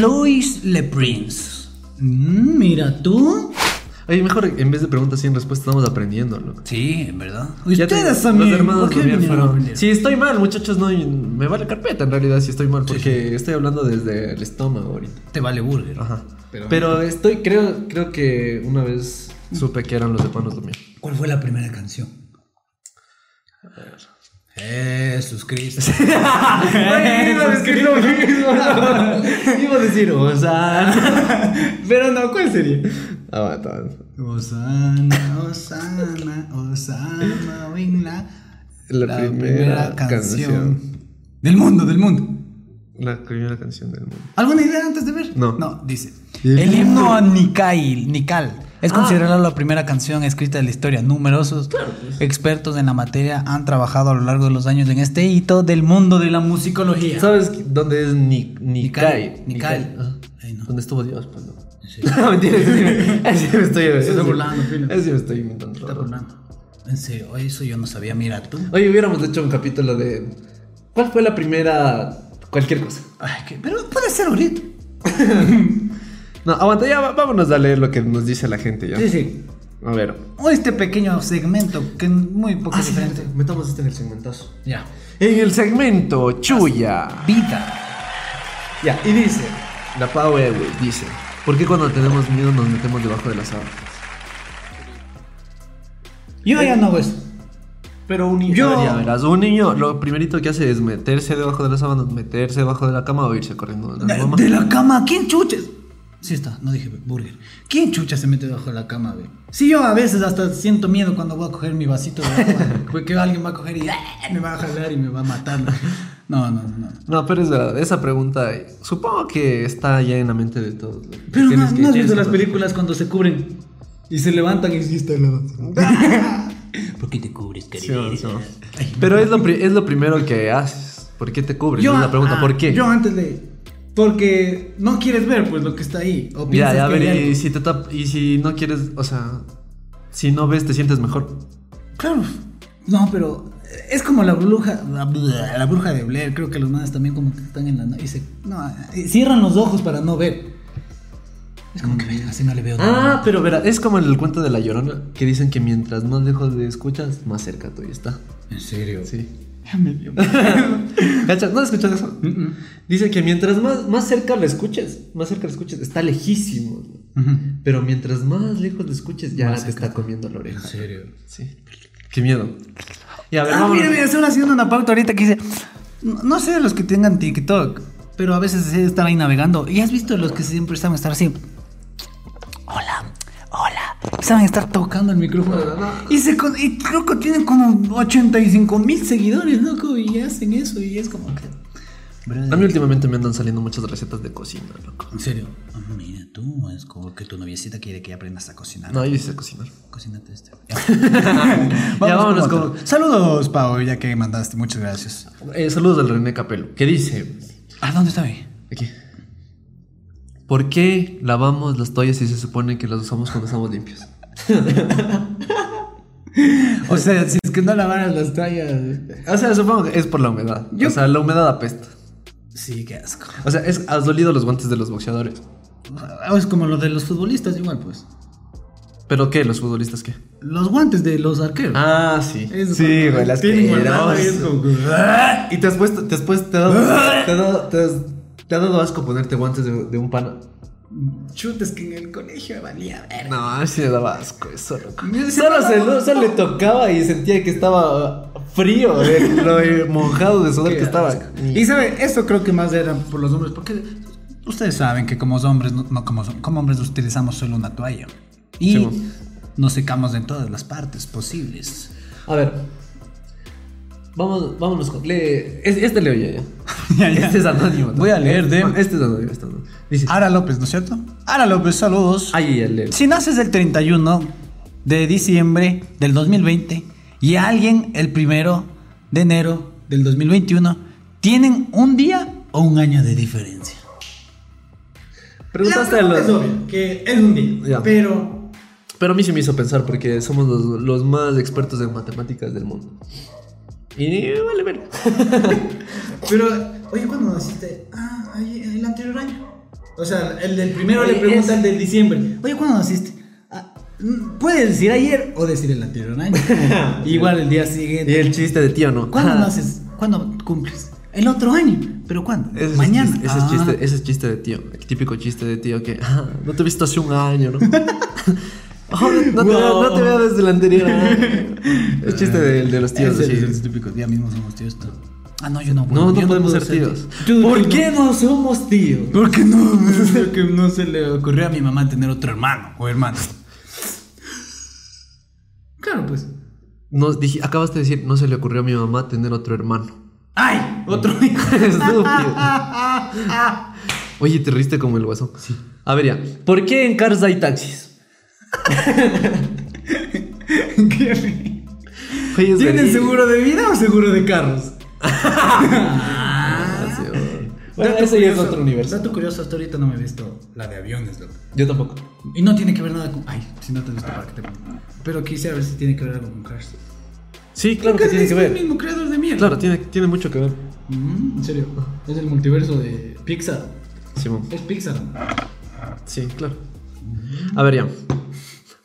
[SPEAKER 3] Louis Le Prince. Mm, mira tú.
[SPEAKER 1] Oye, mejor en vez de preguntas sin respuesta, estamos aprendiendo, loco.
[SPEAKER 3] Sí, en verdad.
[SPEAKER 1] Ya te-
[SPEAKER 3] Ustedes
[SPEAKER 1] los
[SPEAKER 3] también.
[SPEAKER 1] hermanos
[SPEAKER 3] ¿por qué
[SPEAKER 1] también
[SPEAKER 3] vinieron a
[SPEAKER 1] fueron-
[SPEAKER 3] pelear?
[SPEAKER 1] Si estoy mal, muchachos, no me vale carpeta en realidad si estoy mal, porque estoy hablando desde el estómago ahorita.
[SPEAKER 3] Te vale burger.
[SPEAKER 1] Ajá. Ah, Pero,
[SPEAKER 3] Pero-
[SPEAKER 1] estoy, creo, creo que una vez supe que eran los de Panos también.
[SPEAKER 3] ¿Cuál fue la primera canción? Jesús Cristo.
[SPEAKER 1] iba a decir lo mismo. Iba a decir Osana. Pero no, ¿cuál sería? Ah,
[SPEAKER 3] Osana, Osana, Osana, venga.
[SPEAKER 1] La primera canción.
[SPEAKER 3] Del mundo, del mundo.
[SPEAKER 1] La primera canción del mundo.
[SPEAKER 3] ¿Alguna idea antes de ver?
[SPEAKER 1] No.
[SPEAKER 3] No, dice.
[SPEAKER 1] El
[SPEAKER 3] El himno a Nicail, Nical. Es
[SPEAKER 1] Ah.
[SPEAKER 3] considerada la primera canción escrita de la historia. Numerosos expertos en la materia han trabajado a lo largo de los años en este hito del mundo de la musicología.
[SPEAKER 1] ¿Sabes qué- dónde es Ni- Nikai?
[SPEAKER 3] Nikai. Nikai.
[SPEAKER 1] Ajá.
[SPEAKER 3] Ay, no.
[SPEAKER 1] ¿Dónde estuvo Dios? Pues no. No, mentira, ese sí me- ese sí me estoy. ese sí-
[SPEAKER 3] burlando, Pino.
[SPEAKER 1] ese sí me estoy inventando.
[SPEAKER 3] Está burlando. En serio, eso yo no sabía. Mira tú.
[SPEAKER 1] Oye, hubiéramos hecho un capítulo de. ¿Cuál fue la primera. cualquier cosa?
[SPEAKER 3] Ay, qué- Pero puede ser ahorita.
[SPEAKER 1] No, aguanta, ya va- vámonos a leer lo que nos dice la gente ya.
[SPEAKER 3] Sí, sí.
[SPEAKER 1] A ver.
[SPEAKER 3] O este pequeño segmento que es muy
[SPEAKER 1] Ah,
[SPEAKER 3] poco diferente.
[SPEAKER 1] Metamos este en el segmentazo.
[SPEAKER 3] Ya.
[SPEAKER 1] En el segmento Chuya.
[SPEAKER 3] Vida.
[SPEAKER 1] Ya, y dice. La Pau Airways dice. ¿Por qué cuando tenemos miedo nos metemos debajo de las aguas?
[SPEAKER 3] Yo ya no hago eso.
[SPEAKER 1] eh, Pero un niño.
[SPEAKER 3] Yo-
[SPEAKER 1] Ya verás, un niño lo primerito que hace es meterse debajo de las sábanas, meterse debajo de la cama o irse corriendo. de la
[SPEAKER 3] De,
[SPEAKER 1] cama.
[SPEAKER 3] de la cama, ¿quién chuches? Sí está, no dije burger. ¿Quién chucha se mete debajo de la cama, güey? Sí, yo a veces hasta siento miedo cuando voy a coger mi vasito de agua, güey, que alguien va a coger y ¡ah! me va a jalar y me va a matar. No, no, no.
[SPEAKER 1] No, pero es verdad, esa pregunta eh, supongo que está ya en la mente de todos. ¿no?
[SPEAKER 3] Pero no,
[SPEAKER 1] Tienes que-
[SPEAKER 3] no
[SPEAKER 1] tienes
[SPEAKER 3] has visto
[SPEAKER 1] que
[SPEAKER 3] las
[SPEAKER 1] contestar.
[SPEAKER 3] películas cuando se cubren y se levantan y sí está helado. ¿Por qué te cubres,
[SPEAKER 1] Sí, no, sí, no. Pero es lo, pri- es lo primero que haces. ¿Por qué te cubres?
[SPEAKER 3] Yo,
[SPEAKER 1] es la pregunta,
[SPEAKER 3] ah,
[SPEAKER 1] ¿por qué?
[SPEAKER 3] Yo antes de. Porque no quieres ver, pues, lo que está ahí. O
[SPEAKER 1] ya,
[SPEAKER 3] piensas
[SPEAKER 1] ya, a
[SPEAKER 3] que
[SPEAKER 1] ver,
[SPEAKER 3] hay
[SPEAKER 1] y
[SPEAKER 3] algo.
[SPEAKER 1] si, te tap- y si no quieres, o sea, si no ves, te sientes mejor.
[SPEAKER 3] Claro. No, pero eh, es como la bruja, la, bla- la bruja de Blair. Creo que los manes también como que están en la noche y se- no, eh, cierran los ojos para no ver. Es como que "Verga, así no le veo.
[SPEAKER 1] Mm. Ah, pero verá, es como en el cuento de la llorona que dicen que mientras más lejos le escuchas, más cerca tuyo está.
[SPEAKER 3] En serio.
[SPEAKER 1] Sí. ¿Cachas? ¿No has escuchado eso? Dice que mientras más, más cerca le escuches, más cerca le escuches, está lejísimo. ¿no? Pero mientras más lejos le escuches, ya te está comiendo la oreja.
[SPEAKER 3] serio.
[SPEAKER 1] Sí. Qué miedo. Y a ver,
[SPEAKER 3] Ah,
[SPEAKER 1] vámonos.
[SPEAKER 3] mira, mira, están haciendo una pauta ahorita que dice. No, no sé de los que tengan TikTok, pero a veces se están ahí navegando. ¿Y has visto los que siempre están a estar así? Hola, hola. Saben estar tocando el micrófono. Y, se, con- y creo que tienen como 85 mil seguidores, loco, y hacen eso. Y es como que.
[SPEAKER 1] A mí últimamente me andan saliendo muchas recetas de cocina, loco.
[SPEAKER 3] En serio. "Ah, Mira, tú es como que tu noviecita quiere que aprendas a cocinar.
[SPEAKER 1] No, yo hice cocinar.
[SPEAKER 3] Cocínate este. ya vámonos
[SPEAKER 1] con
[SPEAKER 3] con. Saludos, Pau, ya que mandaste. Muchas gracias.
[SPEAKER 1] Eh, saludos del René Capelo, que dice,
[SPEAKER 3] ¿A dónde está ahí?
[SPEAKER 1] aquí, ¿por qué lavamos las toallas si se supone que las usamos cuando estamos limpios?
[SPEAKER 3] O sea, si es que no lavaras las toallas.
[SPEAKER 1] O sea, supongo que es por la humedad.
[SPEAKER 3] Yo-
[SPEAKER 1] O sea, la humedad apesta.
[SPEAKER 3] Sí, qué asco.
[SPEAKER 1] O sea, es, has dolido los guantes de los boxeadores.
[SPEAKER 3] Ah, Es como lo de los futbolistas, igual, pues.
[SPEAKER 1] ¿Pero qué? ¿Los futbolistas qué?
[SPEAKER 3] Los guantes de los arqueros.
[SPEAKER 1] Ah, sí.
[SPEAKER 3] Es-
[SPEAKER 1] sí, güey, las
[SPEAKER 3] tienen
[SPEAKER 1] asqueroso.
[SPEAKER 3] guardado ahí, es como- Ah,
[SPEAKER 1] Y te has puesto, te has puesto, te ha dado, te ha dado, te has- te ha dado asco ponerte guantes de, de un pana.
[SPEAKER 3] Chutes que en el colegio me valía ver.
[SPEAKER 1] No, a mí sí me daba asco eso, loco.
[SPEAKER 3] Yo decía,
[SPEAKER 1] Solo,
[SPEAKER 3] no,
[SPEAKER 1] se,
[SPEAKER 3] no, no.
[SPEAKER 1] solo le tocaba y sentía que estaba uh, frío, de lo eh, mojado de sudor que estaba.
[SPEAKER 3] Y sabe, esto creo que más era por los hombres, porque ustedes saben que como hombres, no, no como, som- como hombres utilizamos solo una toalla. Y
[SPEAKER 1] Sí, mo.
[SPEAKER 3] nos secamos en todas las partes posibles.
[SPEAKER 1] A ver. Vamos, vámonos con. le- es- este leo yo ya.
[SPEAKER 3] Ya, ya.
[SPEAKER 1] Este es anónimo.
[SPEAKER 3] Voy a leer de-
[SPEAKER 1] Este es anónimo. Este es anónimo. Dice.
[SPEAKER 3] Ara López, ¿no es cierto? Ara López, saludos.
[SPEAKER 1] Ay, ya leo.
[SPEAKER 3] Si naces el 31 de diciembre del 2020 y alguien el primero de enero del 2021, ¿tienen un día o un año de diferencia?
[SPEAKER 1] Preguntaste a
[SPEAKER 2] Es
[SPEAKER 1] los.
[SPEAKER 2] obvio que es un día,
[SPEAKER 1] Ya.
[SPEAKER 2] pero
[SPEAKER 1] Pero a mí sí me hizo pensar porque somos los, los más expertos en matemáticas del mundo. Y vale, vale.
[SPEAKER 2] pero oye, ¿cuándo naciste? Ah, ahí- el anterior año. O sea, el del primero
[SPEAKER 1] Oye,
[SPEAKER 2] le pregunta
[SPEAKER 1] es-
[SPEAKER 2] al del diciembre. Oye, ¿cuándo naciste? Ah,
[SPEAKER 3] Mm, Puedes decir ayer o decir el anterior año. Igual el día siguiente.
[SPEAKER 1] Y el chiste de tío, ¿no?
[SPEAKER 3] ¿Cuándo
[SPEAKER 1] Ah,
[SPEAKER 3] naces? ¿Cuándo cumples? El otro año. ¿Pero cuándo?
[SPEAKER 1] Ese es
[SPEAKER 3] Mañana.
[SPEAKER 1] chiste- ese, es
[SPEAKER 3] Ah.
[SPEAKER 1] chiste, ese es chiste de tío, el típico chiste de tío que ah, no te he visto hace un año, ¿no? Oh, no, te
[SPEAKER 3] Wow.
[SPEAKER 1] veo, no te veo desde el anterior año. Es chiste de, de los tíos.
[SPEAKER 3] Ese
[SPEAKER 1] así.
[SPEAKER 3] es el típico, ya mismo somos tíos. tú. Ah, no, yo no puedo.
[SPEAKER 1] No, no
[SPEAKER 3] yo
[SPEAKER 1] podemos
[SPEAKER 3] puedo
[SPEAKER 1] ser tíos.
[SPEAKER 3] Yo-
[SPEAKER 1] ¿Por
[SPEAKER 3] yo
[SPEAKER 1] qué
[SPEAKER 3] no-
[SPEAKER 1] no somos tíos?
[SPEAKER 3] ¿Por qué no? Porque no se le ocurrió a mi mamá tener otro hermano o hermana. Claro, pues.
[SPEAKER 1] Nos dije, acabas de decir, no se le ocurrió a mi mamá tener otro hermano.
[SPEAKER 3] ¡Ay! Otro hijo.
[SPEAKER 1] Estúpido. Oye, te riste como el guasón. Sí. A ver, ya. ¿Por qué en Cars hay taxis?
[SPEAKER 3] Qué fe-
[SPEAKER 1] Oye, es
[SPEAKER 3] ¿Tienen
[SPEAKER 1] verídico.
[SPEAKER 3] seguro de vida o seguro de carros?
[SPEAKER 1] Ah, sí, bueno.
[SPEAKER 3] Dato
[SPEAKER 1] ese ya es
[SPEAKER 3] curioso-
[SPEAKER 1] otro universo.
[SPEAKER 3] Dato curioso, hasta ahorita no me he visto la de aviones, loco.
[SPEAKER 1] Yo tampoco.
[SPEAKER 3] Y no tiene que ver nada con. Ay, si no te gusta, para que te Pero quisiera ver si tiene que ver algo con Cars.
[SPEAKER 1] Sí, claro que tiene
[SPEAKER 3] es
[SPEAKER 1] que
[SPEAKER 3] el
[SPEAKER 1] ver.
[SPEAKER 3] mismo creador de mierda.
[SPEAKER 1] Claro, tiene, tiene mucho que ver.
[SPEAKER 3] Mm, en serio. Es el multiverso de Pixar.
[SPEAKER 1] Simón.
[SPEAKER 3] Es Pixar.
[SPEAKER 1] Sí, claro. A ver, ya.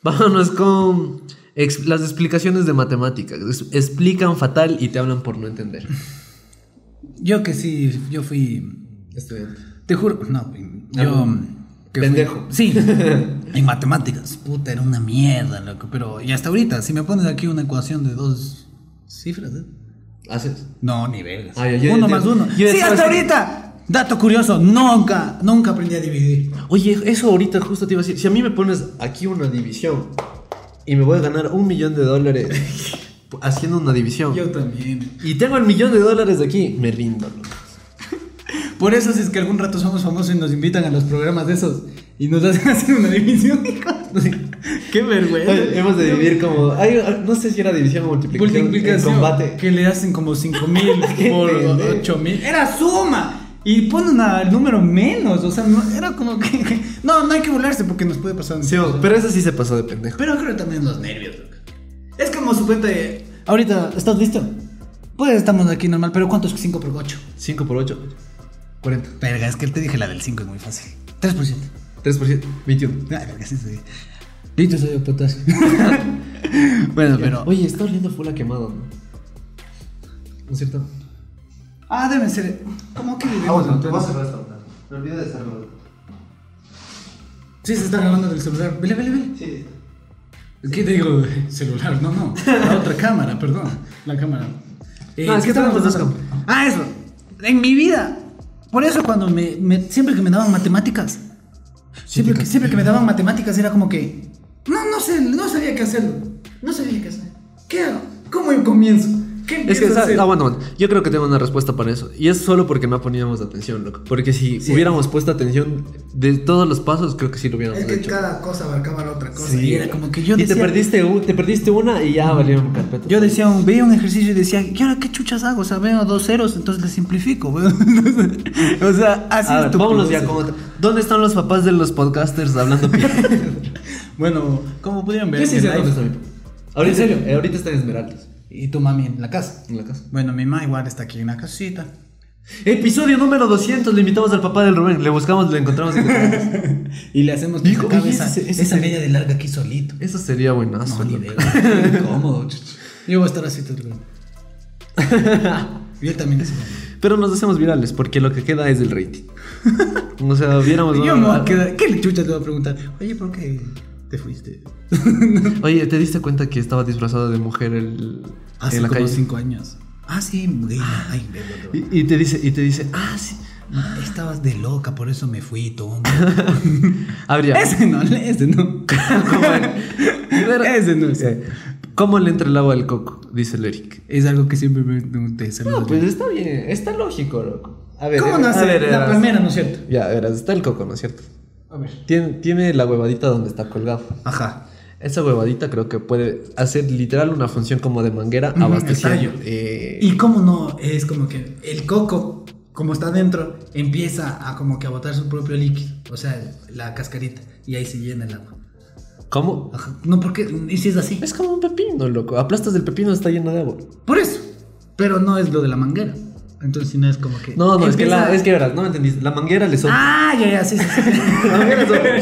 [SPEAKER 1] Vámonos con ex- las explicaciones de matemáticas. Es- Explican fatal y te hablan por no entender.
[SPEAKER 3] Yo que sí, yo fui.
[SPEAKER 1] Estudiante.
[SPEAKER 3] Te juro. No, yo.
[SPEAKER 1] Ah,
[SPEAKER 3] que fui-
[SPEAKER 1] Pendejo.
[SPEAKER 3] sí. en matemáticas. Puta, era una mierda, loco. Pero. Y hasta ahorita, si me pones aquí una ecuación de dos cifras, ¿eh?
[SPEAKER 1] ¿Haces?
[SPEAKER 3] No, ni vergas.
[SPEAKER 1] Ah, ya, ya,
[SPEAKER 3] uno
[SPEAKER 1] ya,
[SPEAKER 3] más
[SPEAKER 1] ya.
[SPEAKER 3] uno.
[SPEAKER 1] Yo
[SPEAKER 3] sí,
[SPEAKER 1] estaba
[SPEAKER 3] hasta
[SPEAKER 1] así-
[SPEAKER 3] ahorita. Dato curioso, nunca, nunca aprendí a dividir.
[SPEAKER 1] Oye, eso ahorita justo te iba a decir. Si a mí me pones aquí una división y me voy a ganar un millón de dólares haciendo una división.
[SPEAKER 3] también.
[SPEAKER 1] Y tengo el millón de dólares aquí, me rindo. loco.
[SPEAKER 3] Por eso si es que algún rato somos famosos y nos invitan a los programas de esos y nos hacen hacer una división, hijo. Qué vergüenza.
[SPEAKER 1] Oye, Hemos de vivir como. ay, ah, no sé si era división o multiplicación. en
[SPEAKER 3] Multiplicación.
[SPEAKER 1] combate.
[SPEAKER 3] Que le hacen como 5 mil
[SPEAKER 1] Qué
[SPEAKER 3] por
[SPEAKER 1] pendejo.
[SPEAKER 3] 8 mil. Era suma. Y ponen al número menos. O sea, no- era como que. No, no hay que burlarse porque nos puede pasar.
[SPEAKER 1] Sí, pero eso sí se pasó de pendejo.
[SPEAKER 3] Pero creo que también los nervios, loco. Es como suponte. Ahorita, ¿estás listo? Pues estamos aquí normal, pero ¿cuánto es 5 por 8?
[SPEAKER 1] 5 por 8, 40.
[SPEAKER 3] Verga, es que te dije la del 5 es muy fácil. 3%.
[SPEAKER 1] 3 por 7, 21.
[SPEAKER 3] Ay, verga, sí, sí. Listo, soy de potasio. bueno, pero.
[SPEAKER 1] Oye, está oliendo full a quemado, ¿no? ¿No es cierto?
[SPEAKER 3] Ah, debe ser. ¿Cómo que vivimos?
[SPEAKER 1] restaurar. Me olvidé de cerrarlo.
[SPEAKER 3] Sí, se está grabando del celular. Vele, vele, vele.
[SPEAKER 1] Sí.
[SPEAKER 3] ¿Qué te digo? Celular, no, no. La otra cámara, perdón. La cámara. Eh,
[SPEAKER 1] No, es que
[SPEAKER 3] ¿qué estábamos
[SPEAKER 1] tenemos dos
[SPEAKER 3] hablando? Ah, eso. En mi vida. Por eso cuando me, me- siempre que me daban matemáticas. Siempre que, siempre que me daban matemáticas era como que. No, no sé, no sabía qué hacerlo. No sabía qué hacer. ¿Qué hago? ¿Cómo yo comienzo? ¿Qué
[SPEAKER 1] Es
[SPEAKER 3] empiezo
[SPEAKER 1] que,
[SPEAKER 3] a
[SPEAKER 1] ¿sabes?
[SPEAKER 3] hacer?
[SPEAKER 1] aguanta, aguanta. Yo creo que tengo una respuesta para eso. Y es solo porque no poníamos atención, loco. Porque si
[SPEAKER 3] Sí.
[SPEAKER 1] hubiéramos puesto atención de todos los pasos, creo que sí lo hubiéramos
[SPEAKER 2] Es que
[SPEAKER 1] hecho.
[SPEAKER 2] cada cosa abarcaba la otra cosa.
[SPEAKER 3] Sí. Y era como que yo
[SPEAKER 1] Y te
[SPEAKER 3] decía-
[SPEAKER 1] perdiste, un- te perdiste una y ya valieron carpeta.
[SPEAKER 3] Yo decía, un- veía un ejercicio y decía, ¿y ahora qué chuchas hago? O sea, veo dos ceros, entonces le simplifico. weón. o sea, así
[SPEAKER 1] A ver,
[SPEAKER 3] "Ah, es tu
[SPEAKER 1] vámonos ya
[SPEAKER 3] proceso.
[SPEAKER 1] con otra. ¿Dónde están los papás de los podcasters hablando piedras?
[SPEAKER 3] Bueno, como pudieron ver,
[SPEAKER 1] Yo sí
[SPEAKER 3] en
[SPEAKER 1] sé
[SPEAKER 3] el
[SPEAKER 1] dónde está
[SPEAKER 3] live-
[SPEAKER 1] mi papá. Ahorita,
[SPEAKER 3] ¿En serio?
[SPEAKER 1] eh, ahorita está en Esmeraldas,
[SPEAKER 3] y tu mami en la casa.
[SPEAKER 1] en la casa.
[SPEAKER 3] Bueno, mi mamá igual está aquí en la casita.
[SPEAKER 1] Episodio número 200, le invitamos al papá del Rubén, le buscamos, le encontramos. y le traemos.
[SPEAKER 3] Y le hacemos que
[SPEAKER 1] Dijo,
[SPEAKER 3] se acabe
[SPEAKER 1] oye,
[SPEAKER 3] esa,
[SPEAKER 1] ese- ese
[SPEAKER 3] esa
[SPEAKER 1] sería-
[SPEAKER 3] media de larga aquí solito.
[SPEAKER 1] Eso sería buenazo.
[SPEAKER 3] No, ni
[SPEAKER 1] loco.
[SPEAKER 3] idea. Incómodo, chucho. Yo voy a estar así todo el rato. Y él también así.
[SPEAKER 1] Pero nos hacemos virales, porque lo que queda es el rating. o sea, viéramos...
[SPEAKER 3] Y
[SPEAKER 1] una-
[SPEAKER 3] yo me voy a quedar. ¿Qué le chucha te voy a preguntar? Oye, ¿por qué te fuiste?
[SPEAKER 1] Oye, ¿te diste cuenta que estaba disfrazado de mujer el-
[SPEAKER 3] Hace
[SPEAKER 1] en la
[SPEAKER 3] Ah, como
[SPEAKER 1] calle?
[SPEAKER 3] cinco años. Ah, sí, gay. Ay, verga,
[SPEAKER 1] Y, y te dice, y te dice, ah, sí.
[SPEAKER 3] verga. Estabas de loca, por eso me fui, tonto.
[SPEAKER 1] Habría...
[SPEAKER 3] ese no, ese no. ese no es.
[SPEAKER 1] eh, ¿Cómo le entra el agua al coco? Dice el Eric.
[SPEAKER 3] Es algo que siempre me pregunté. saludos.
[SPEAKER 1] está bien, está lógico, loco. pues, A ver,
[SPEAKER 3] ¿Cómo nace? la palmera, ¿no es cierto?
[SPEAKER 1] Ya, verás, está el coco, ¿no es cierto?
[SPEAKER 3] A ver.
[SPEAKER 1] Tiene, tiene la huevadita donde está colgado.
[SPEAKER 3] Ajá.
[SPEAKER 1] Esa huevadita creo que puede hacer literal una función como de manguera abasteciendo.
[SPEAKER 3] el tallo.
[SPEAKER 1] eh,
[SPEAKER 3] Y cómo no, es como que el coco, como está dentro, empieza a como que a botar su propio líquido, o sea, la cascarita, y ahí se llena el agua.
[SPEAKER 1] ¿Cómo?
[SPEAKER 3] Ajá. No, porque y si es así.
[SPEAKER 1] Es como un pepino, loco. Aplastas el pepino, está lleno de agua.
[SPEAKER 3] Por eso. Pero no es lo de la manguera. Entonces no es como que.
[SPEAKER 1] No, no, es que,
[SPEAKER 3] empieza-
[SPEAKER 1] la, es que verás, no me entendiste. La manguera le sobra.
[SPEAKER 3] Ah, ya, ya, sí, sí, sí.
[SPEAKER 1] La manguera le sobra.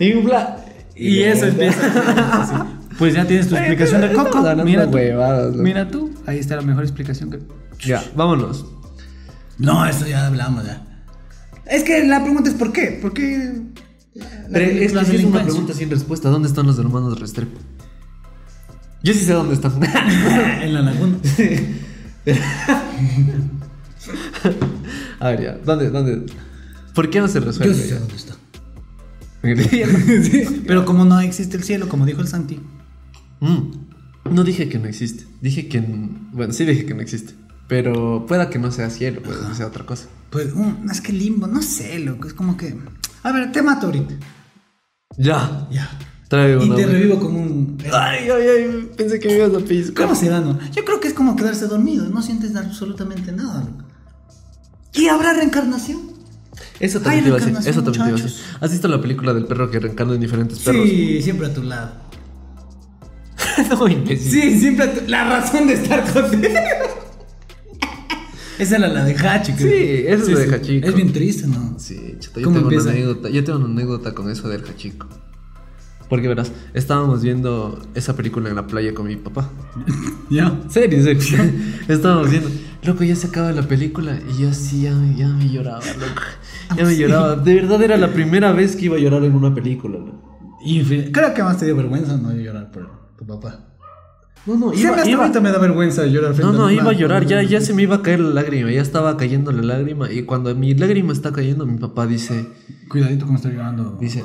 [SPEAKER 1] y, infla-
[SPEAKER 3] Y eso empieza. Sí. Pues ya tienes tu explicación de
[SPEAKER 1] Estamos
[SPEAKER 3] Coco.
[SPEAKER 1] hablando
[SPEAKER 3] Mira tú,
[SPEAKER 1] huevadas, loco.
[SPEAKER 3] mira tú, ahí está la mejor explicación que.
[SPEAKER 1] Ya, vámonos.
[SPEAKER 3] No, eso ya hablamos ya. Es que la pregunta es por qué, por qué. la-
[SPEAKER 1] Pero
[SPEAKER 3] la-
[SPEAKER 1] es que
[SPEAKER 3] la
[SPEAKER 1] sí es una
[SPEAKER 3] delincuencia?
[SPEAKER 1] pregunta sin respuesta. ¿Dónde están los hermanos Restrepo? Yo sí sé dónde están.
[SPEAKER 3] en la laguna.
[SPEAKER 1] A ver, ya. ¿Dónde? ¿Dónde? ¿Por qué no se
[SPEAKER 3] Yo
[SPEAKER 1] resuelve?
[SPEAKER 3] sí sé dónde está.
[SPEAKER 1] Ya.
[SPEAKER 3] Sí, Pero como no existe el cielo, como dijo el Santi.
[SPEAKER 1] Mm. No dije que no existe. Dije que. n- Bueno, sí dije que no existe. Pero pueda que no sea cielo, pueda que sea otra cosa.
[SPEAKER 3] Pues, mm, es que limbo, no sé, loco. Es como que. A ver, te mato ahorita.
[SPEAKER 1] Ya.
[SPEAKER 3] Ya.
[SPEAKER 1] Trae
[SPEAKER 3] Y
[SPEAKER 1] una.
[SPEAKER 3] te revivo como un.
[SPEAKER 1] Ay, ay, ay. Pensé que me ibas a pellizcar.
[SPEAKER 3] ¿Cómo se da, no? Yo creo que es como quedarse dormido. No sientes absolutamente nada, loco. ¿Y habrá reencarnación?
[SPEAKER 1] Eso también
[SPEAKER 3] Ay,
[SPEAKER 1] te iba a decir.
[SPEAKER 3] reencarnación,
[SPEAKER 1] Eso también te iba a decir.
[SPEAKER 3] muchachos.
[SPEAKER 1] ¿Has visto la película del perro que reencarna en diferentes perros?
[SPEAKER 3] Sí, siempre a tu lado.
[SPEAKER 1] no, imbécil.
[SPEAKER 3] Sí, siempre a tu... La razón de estar contigo. Esa era la de Hachi, creo.
[SPEAKER 1] Sí, esa es la de Hachiko.
[SPEAKER 3] Es bien triste, ¿no?
[SPEAKER 1] Sí, chata, yo
[SPEAKER 3] ¿Cómo
[SPEAKER 1] tengo, una
[SPEAKER 3] empieza?
[SPEAKER 1] anécdota, yo tengo una anécdota con eso del hachico. Porque verás, estábamos viendo esa película en la playa con mi papá.
[SPEAKER 3] Ya.
[SPEAKER 1] Serio, serio. estábamos viendo. Loco, ya se acaba la película y yo sí, ya me, ya me lloraba, loco. Ya me lloraba. De verdad era la primera vez que iba a llorar en una película, loco.
[SPEAKER 3] Y fe- creo que más te dio vergüenza no llorar por tu papá.
[SPEAKER 1] No, no,
[SPEAKER 3] Siempre
[SPEAKER 1] iba,
[SPEAKER 3] hasta
[SPEAKER 1] iba-
[SPEAKER 3] ahorita me da vergüenza llorar
[SPEAKER 1] No,
[SPEAKER 3] frente
[SPEAKER 1] no,
[SPEAKER 3] a
[SPEAKER 1] iba a llorar, ya,
[SPEAKER 3] ya
[SPEAKER 1] ya se me iba a caer la lágrima, ya estaba cayendo la lágrima y cuando mi lágrima está cayendo, mi papá dice,
[SPEAKER 3] Cuidadito como estoy llorando.
[SPEAKER 1] dice,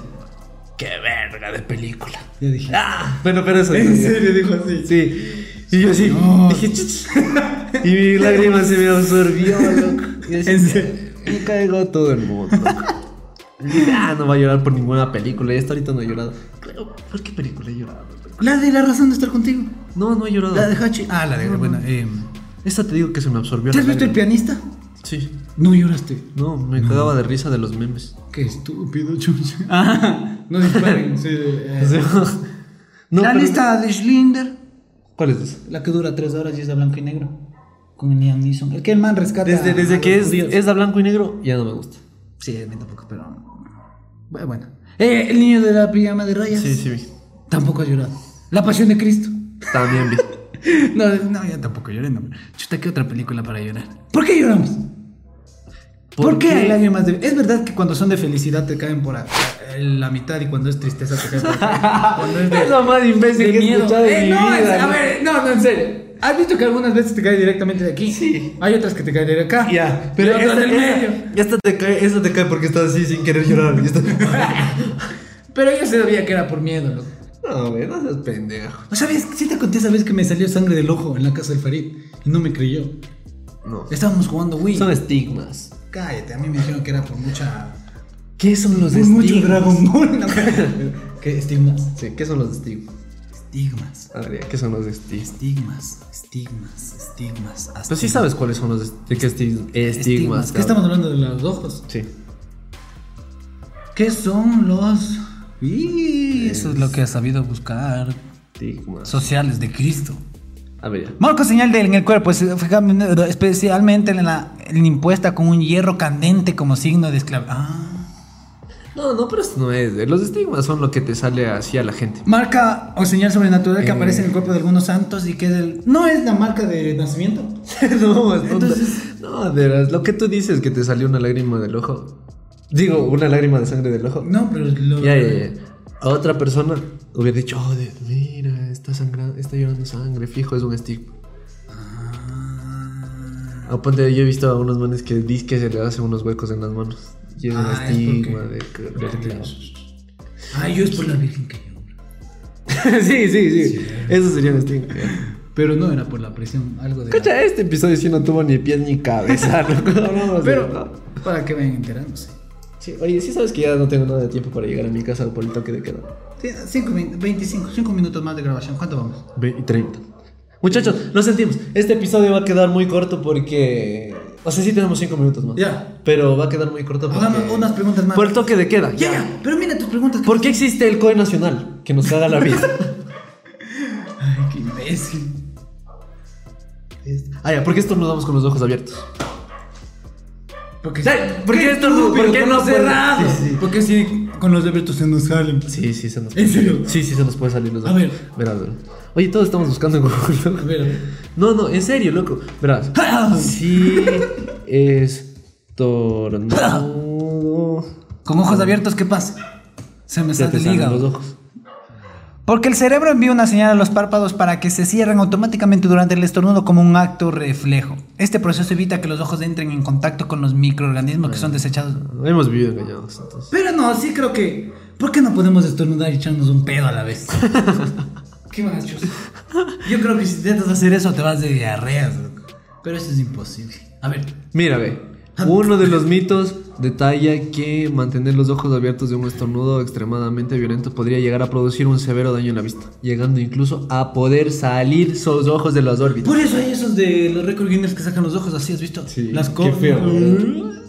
[SPEAKER 1] qué verga de película.
[SPEAKER 3] Ya dije.
[SPEAKER 1] Ah, bueno, pero eso.
[SPEAKER 3] En serio, dijo así.
[SPEAKER 1] Sí. Y yo así,
[SPEAKER 3] No.
[SPEAKER 1] dije, "Chuch". y mi lágrima se me absorbió, loco. Y así,
[SPEAKER 3] En serio.
[SPEAKER 1] me caigo todo el mundo. Y dije, ah, no va a llorar por ninguna película. Y hasta ahorita no he llorado. Claro, ¿por qué película he llorado?
[SPEAKER 3] La de la razón de estar contigo.
[SPEAKER 1] No, no he llorado.
[SPEAKER 3] La de Hachi. Ah, la de. Bueno, eh.
[SPEAKER 1] Esta te digo que se me absorbió.
[SPEAKER 3] ¿Te has
[SPEAKER 1] la
[SPEAKER 3] visto el
[SPEAKER 1] lágrima.
[SPEAKER 3] pianista?
[SPEAKER 1] Sí.
[SPEAKER 3] No lloraste.
[SPEAKER 1] No, me cagaba de risa de los memes.
[SPEAKER 3] Qué estúpido, chucha. Ah, no disparen. sí, eh.
[SPEAKER 1] O sea, no,
[SPEAKER 3] la
[SPEAKER 1] pero-
[SPEAKER 3] lista de Schlinder.
[SPEAKER 1] ¿Cuál es esa?
[SPEAKER 3] La que dura tres horas y es de blanco y negro. Con Liam Neeson. El que el man rescata.
[SPEAKER 1] Desde, desde que es,
[SPEAKER 3] Ah, judíos.
[SPEAKER 1] es a blanco y negro, ya no me gusta.
[SPEAKER 3] Sí, a mí tampoco, pero. Bueno, bueno. Eh, el niño de la pijama de rayas.
[SPEAKER 1] Sí, sí, vi.
[SPEAKER 3] Tampoco ha llorado. La pasión de Cristo.
[SPEAKER 1] También vi.
[SPEAKER 3] No, no, yo tampoco lloré, no. Chuta, ¿qué otra película para llorar? ¿Por qué lloramos? ¿Por, qué, hay lágrimas de.? Es verdad que cuando son de felicidad te caen por a- a- la mitad y cuando es tristeza te caen por acá. Cuando es de.
[SPEAKER 1] Es lo más imbécil
[SPEAKER 3] de
[SPEAKER 1] que he
[SPEAKER 3] miedo.
[SPEAKER 1] escuchado en
[SPEAKER 3] Eh,
[SPEAKER 1] mi
[SPEAKER 3] no, es-
[SPEAKER 1] vida,
[SPEAKER 3] a
[SPEAKER 1] ¿no?
[SPEAKER 3] ver, no, no, en serio. ¿Has visto que algunas veces te cae directamente de aquí?
[SPEAKER 1] Sí.
[SPEAKER 3] Hay otras que te caen de acá.
[SPEAKER 1] Ya,
[SPEAKER 3] pero
[SPEAKER 1] pero
[SPEAKER 3] otras
[SPEAKER 1] esta,
[SPEAKER 3] del medio.
[SPEAKER 1] esta, esta te cae, esta te cae porque estás así sin querer llorar. y estás-
[SPEAKER 3] Pero yo sabía que era por miedo, loco.
[SPEAKER 1] No, güey, no seas pendejo.
[SPEAKER 3] ¿No sabes? Sí te conté esa vez que me salió sangre del ojo en la casa del Farid y no me creyó.
[SPEAKER 1] No.
[SPEAKER 3] Estábamos jugando Wii.
[SPEAKER 1] Son estigmas.
[SPEAKER 3] Cállate, a mí me dijeron que era por mucha.
[SPEAKER 1] ¿Qué son los
[SPEAKER 3] Por
[SPEAKER 1] estigmas?
[SPEAKER 3] mucho Dragon Ball. No, ¿Qué? Estigmas.
[SPEAKER 1] Sí, ¿qué son los estigmas?
[SPEAKER 3] Estigmas.
[SPEAKER 1] A ver, ya, ¿qué son los estigmas?
[SPEAKER 3] Estigmas. Estigmas. Estigmas.
[SPEAKER 1] Pero sí
[SPEAKER 3] astigmas.
[SPEAKER 1] sabes cuáles son los est- de qué esti- estigmas.
[SPEAKER 3] ¿Qué estamos hablando de los ojos?
[SPEAKER 1] Sí.
[SPEAKER 3] ¿Qué son los.? Y eso es lo que has sabido buscar.
[SPEAKER 1] Estigmas.
[SPEAKER 3] Sociales de Cristo.
[SPEAKER 1] A ver, ya.
[SPEAKER 3] Marco señal de- en el cuerpo, es- fijamente- especialmente en la, en la impuesta con un hierro candente como signo de esclavitud. Ah.
[SPEAKER 1] No, no, pero esto no es. eh, Los estigmas son lo que te sale así a la gente.
[SPEAKER 3] Marca o señal sobrenatural que
[SPEAKER 1] Eh.
[SPEAKER 3] aparece en el cuerpo de algunos santos y que es el... No es la marca de nacimiento.
[SPEAKER 1] no, es tonta.
[SPEAKER 3] Entonces-
[SPEAKER 1] No, de veras, lo que tú dices que te salió una lágrima del ojo. Digo, una lágrima de sangre del ojo.
[SPEAKER 3] No, pero lo...
[SPEAKER 1] Ya, ya, ya. A otra persona hubiera dicho, oh, de- mira, está sangrando, está llorando sangre, fijo, es un estigma.
[SPEAKER 3] Ah,
[SPEAKER 1] O ponte, yo he visto a unos manes que dicen que se le hacen unos huecos en las manos. Y es un
[SPEAKER 3] Ah, es
[SPEAKER 1] estigma
[SPEAKER 3] porque-
[SPEAKER 1] de que- de que-
[SPEAKER 3] Ah, yo es por la Virgen que yo.
[SPEAKER 1] sí, sí, sí, Eso sería un estigma.
[SPEAKER 3] Pero no era por la presión, algo de...
[SPEAKER 1] Cacha, este episodio sí no tuvo ni pies ni cabeza, loco. Hablamos de-
[SPEAKER 3] Pero para que vayan enterándose.
[SPEAKER 1] Sí, oye, sí sabes que ya no tengo nada de tiempo para llegar a mi casa por el toque de queda.
[SPEAKER 3] Sí, cinco min- 25, 5 minutos más de grabación. ¿Cuánto vamos?
[SPEAKER 1] Ve- y 30. Muchachos, lo sentimos. Este episodio va a quedar muy corto porque. O sea, sí tenemos 5 minutos más.
[SPEAKER 3] Ya.
[SPEAKER 1] Pero va a quedar muy corto porque.
[SPEAKER 3] Hagamos unas preguntas más.
[SPEAKER 1] Por el toque de queda.
[SPEAKER 3] Ya, ya, pero mira tus preguntas.
[SPEAKER 1] ¿Por qué existe el COE nacional? Que nos caga la vida.
[SPEAKER 3] Ay, qué imbécil.
[SPEAKER 1] ah, ya, porque esto nos damos con los ojos abiertos.
[SPEAKER 2] Porque
[SPEAKER 1] Ya, ¿Por qué, estornudo?
[SPEAKER 3] estúpido,
[SPEAKER 1] ¿Por qué
[SPEAKER 3] con
[SPEAKER 1] no
[SPEAKER 3] los
[SPEAKER 1] cerrado?
[SPEAKER 3] cerrados?
[SPEAKER 1] Sí, sí.
[SPEAKER 3] Porque si con los abiertos se nos salen.
[SPEAKER 1] Sí, sí, se nos
[SPEAKER 3] ¿En serio?
[SPEAKER 1] Sí, sí, se nos puede salir los
[SPEAKER 3] A ver.
[SPEAKER 1] Verás, verás. Oye, todos estamos buscando en Google. loco.
[SPEAKER 3] A ver, Ah. a ver.
[SPEAKER 1] No, no, en serio, loco. Verás. Sí, estornudo.
[SPEAKER 3] Con ojos abiertos, ¿qué pasa? Se me
[SPEAKER 1] Ya
[SPEAKER 3] sale
[SPEAKER 1] te
[SPEAKER 3] el
[SPEAKER 1] salen los
[SPEAKER 3] hígado.
[SPEAKER 1] ojos.
[SPEAKER 3] Porque el cerebro envía una señal a los párpados para que se cierren automáticamente durante el estornudo como un acto reflejo. Este proceso evita que los ojos entren en contacto con los microorganismos que son desechados.
[SPEAKER 1] Hemos vivido engañados, entonces.
[SPEAKER 3] Pero no, sí creo que. ¿Por qué no podemos estornudar y echarnos un pedo a la vez?
[SPEAKER 2] Qué machos.
[SPEAKER 3] Yo creo que si intentas hacer eso te vas de diarreas, loco. Pero eso es imposible. A ver,
[SPEAKER 1] Mira, ve. Uno de los mitos detalla que mantener los ojos abiertos de un estornudo extremadamente violento podría llegar a producir un severo daño en la vista, llegando incluso a poder salir sus ojos de las órbitas.
[SPEAKER 3] por eso hay esos de los récord Guinness que sacan los ojos así, ¿has visto?
[SPEAKER 1] Sí,
[SPEAKER 3] Las Mm.
[SPEAKER 1] qué
[SPEAKER 3] cosas.
[SPEAKER 1] feo, ¿verdad?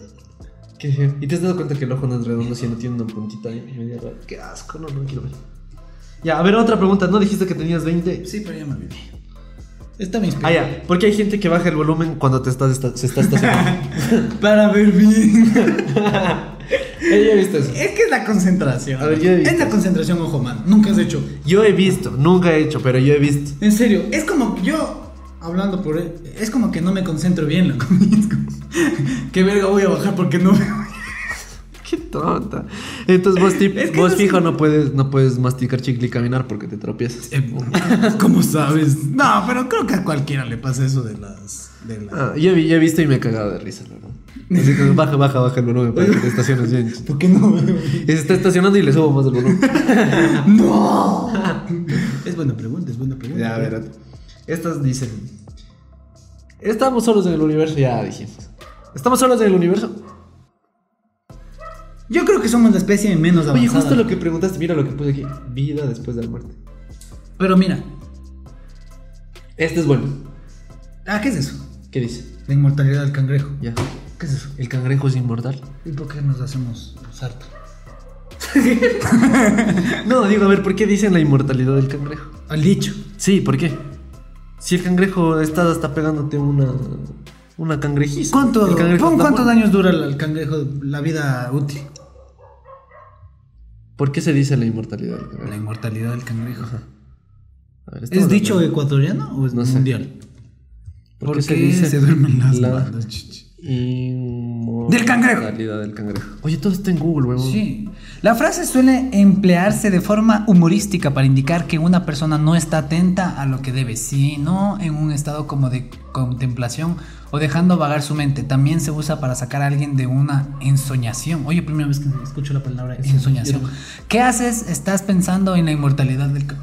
[SPEAKER 1] Qué feo. ¿Y te has dado cuenta que el ojo no es redondo, sino tiene una puntita ahí media rara? Qué asco, no, no quiero ver. Ya, a ver, otra pregunta. ¿No dijiste que tenías 20?
[SPEAKER 3] Sí, pero ya me viví. Está me
[SPEAKER 1] Ah,
[SPEAKER 3] inspirado.
[SPEAKER 1] ya. ¿Por qué hay gente que baja el volumen cuando te estás esta- se está estacionando?
[SPEAKER 3] Para ver bien.
[SPEAKER 1] Eh, yo he visto eso.
[SPEAKER 3] es que es la concentración.
[SPEAKER 1] A ver, yo he visto.
[SPEAKER 3] es la concentración, ojo, man. Nunca has hecho.
[SPEAKER 1] Yo he visto, nunca he hecho, pero yo he visto.
[SPEAKER 3] En serio, es como que yo. Hablando por él, es como que no me concentro bien, loco. Es como, Qué verga voy a bajar porque no veo.
[SPEAKER 1] Qué tonta. Entonces vos, tip-
[SPEAKER 3] Es que
[SPEAKER 1] vos
[SPEAKER 3] no
[SPEAKER 1] fijo
[SPEAKER 3] sé.
[SPEAKER 1] no puedes, no puedes masticar chicle y caminar porque te tropiezas.
[SPEAKER 3] Eh, ¿Cómo sabes? No, pero creo que a cualquiera le pasa eso de las. De la...
[SPEAKER 1] Ah, yo, vi- yo he visto y me he cagado de risa, la ¿verdad? Así que baja, baja, baja el volumen para que te estaciones bien.
[SPEAKER 3] ¿Por qué no veo?
[SPEAKER 1] Y se está estacionando y le subo más el volumen.
[SPEAKER 3] ¡No! Es buena pregunta, es buena pregunta.
[SPEAKER 1] ya, a ver. Estas dicen. Estamos solos en el universo, ya dijimos. ¿Estamos solos en el universo?
[SPEAKER 3] Yo creo que somos la especie menos avanzada.
[SPEAKER 1] Oye, justo lo que preguntaste, mira lo que puse aquí. Vida después de la muerte.
[SPEAKER 3] Pero mira,
[SPEAKER 1] Este es bueno.
[SPEAKER 3] ¿ah, qué es eso?
[SPEAKER 1] ¿Qué dice?
[SPEAKER 3] La inmortalidad del cangrejo.
[SPEAKER 1] Ya.
[SPEAKER 3] ¿Qué es eso?
[SPEAKER 1] El cangrejo es inmortal.
[SPEAKER 3] ¿Y por qué nos hacemos pues, sarta?
[SPEAKER 1] No, digo, a ver, ¿por qué dicen la inmortalidad del cangrejo?
[SPEAKER 3] Al dicho.
[SPEAKER 1] Sí, ¿por qué? Si el cangrejo está hasta pegándote una una cangrejiza.
[SPEAKER 3] ¿Cuánto,
[SPEAKER 1] El cangrejo
[SPEAKER 3] pon
[SPEAKER 1] está
[SPEAKER 3] ¿Cuántos
[SPEAKER 1] muerto.
[SPEAKER 3] años dura el, el cangrejo la vida útil?
[SPEAKER 1] ¿Por qué se dice la inmortalidad del
[SPEAKER 3] La
[SPEAKER 1] cangrejo?
[SPEAKER 3] inmortalidad del cangrejo.
[SPEAKER 1] A ver, estamos
[SPEAKER 3] ¿Es dicho
[SPEAKER 1] hablando-
[SPEAKER 3] ecuatoriano o es
[SPEAKER 1] No sé.
[SPEAKER 3] mundial?
[SPEAKER 1] ¿Por qué se dice
[SPEAKER 3] se duermen las
[SPEAKER 1] la-
[SPEAKER 3] bandas, chichi?
[SPEAKER 1] Inmortalidad
[SPEAKER 3] cangrejo.
[SPEAKER 1] del cangrejo. Oye, todo está en Google, weón.
[SPEAKER 3] Sí. La frase suele emplearse de forma humorística para indicar que una persona no está atenta a lo que debe, sino en un estado como de contemplación o dejando vagar su mente. También se usa para sacar a alguien de una ensoñación. Oye, primera vez que escucho la palabra ensoñación. ¿Qué haces? Estás pensando en la inmortalidad del... ca-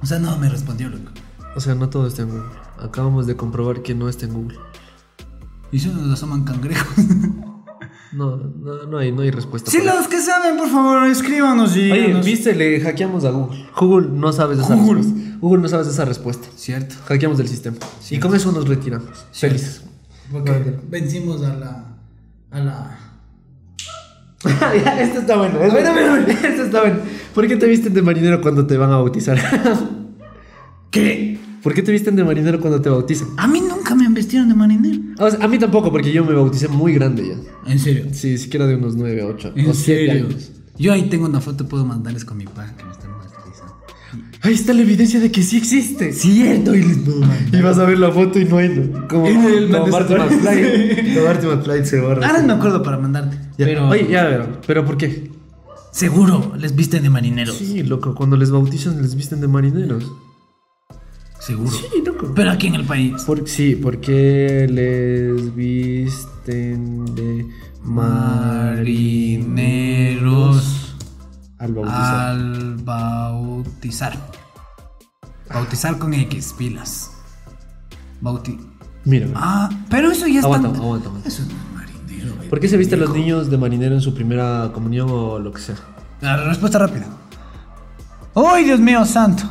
[SPEAKER 3] O sea, no, me respondió loco.
[SPEAKER 1] O sea, no todo está en Google. Acabamos de comprobar que no está en Google.
[SPEAKER 3] Y eso nos asoman cangrejos.
[SPEAKER 1] No, no, no hay, no hay respuesta.
[SPEAKER 3] sí,
[SPEAKER 1] para eso.
[SPEAKER 3] los que saben, por favor, escríbanos y...
[SPEAKER 1] Oye,
[SPEAKER 3] díganos.
[SPEAKER 1] viste, le hackeamos a Google. Google no sabes esa
[SPEAKER 3] Google.
[SPEAKER 1] respuesta. Google no sabes esa respuesta.
[SPEAKER 3] Cierto.
[SPEAKER 1] Hackeamos del sistema. Y con eso nos retiramos. Felices.
[SPEAKER 3] Porque
[SPEAKER 1] Vale.
[SPEAKER 3] vencimos a la... A la...
[SPEAKER 1] Ya, esto está bueno. Esto, esto está bueno. ¿Por qué te visten de marinero cuando te van a bautizar?
[SPEAKER 3] ¿Qué?
[SPEAKER 1] ¿Por qué te visten de marinero cuando te bautizan?
[SPEAKER 3] A mí nunca me vestieron de marinero.
[SPEAKER 1] O sea, a mí tampoco, porque yo me bauticé muy grande ya.
[SPEAKER 3] En serio.
[SPEAKER 1] Sí, siquiera de unos 9 a 8
[SPEAKER 3] En
[SPEAKER 1] o 7
[SPEAKER 3] serio.
[SPEAKER 1] años.
[SPEAKER 3] Yo ahí tengo una foto, puedo mandarles con mi papá que me están bautizando.
[SPEAKER 1] Ahí está la evidencia de que sí existe.
[SPEAKER 3] Cierto, y les puedo mandar.
[SPEAKER 1] Y vas a ver la foto y no hay. Como,
[SPEAKER 3] Y el man
[SPEAKER 1] como Marty
[SPEAKER 3] desaparece.
[SPEAKER 1] McFly. Como Marty McFly se borra.
[SPEAKER 3] Ahora me acuerdo para mandarte.
[SPEAKER 1] Ya.
[SPEAKER 3] Pero
[SPEAKER 1] Oye, ya, pero, pero ¿por qué?
[SPEAKER 3] seguro les visten de marineros.
[SPEAKER 1] Sí, loco, cuando les bautizan les visten de marineros.
[SPEAKER 3] Seguro.
[SPEAKER 1] Sí, loco.
[SPEAKER 3] Pero aquí en el país.
[SPEAKER 1] Por- sí, porque les visten de
[SPEAKER 3] Marineros
[SPEAKER 1] al bautizar?
[SPEAKER 3] al bautizar. Bautizar con X pilas. Bauti.
[SPEAKER 1] Mira,
[SPEAKER 3] Ah, pero eso ya está.
[SPEAKER 1] aguanta, aguanta, aguanta.
[SPEAKER 3] Eso no es marinero, güey.
[SPEAKER 1] ¿Por qué se visten los niños de marinero en su primera comunión o lo que sea?
[SPEAKER 3] La respuesta rápida. ¡Ay, Dios mío santo!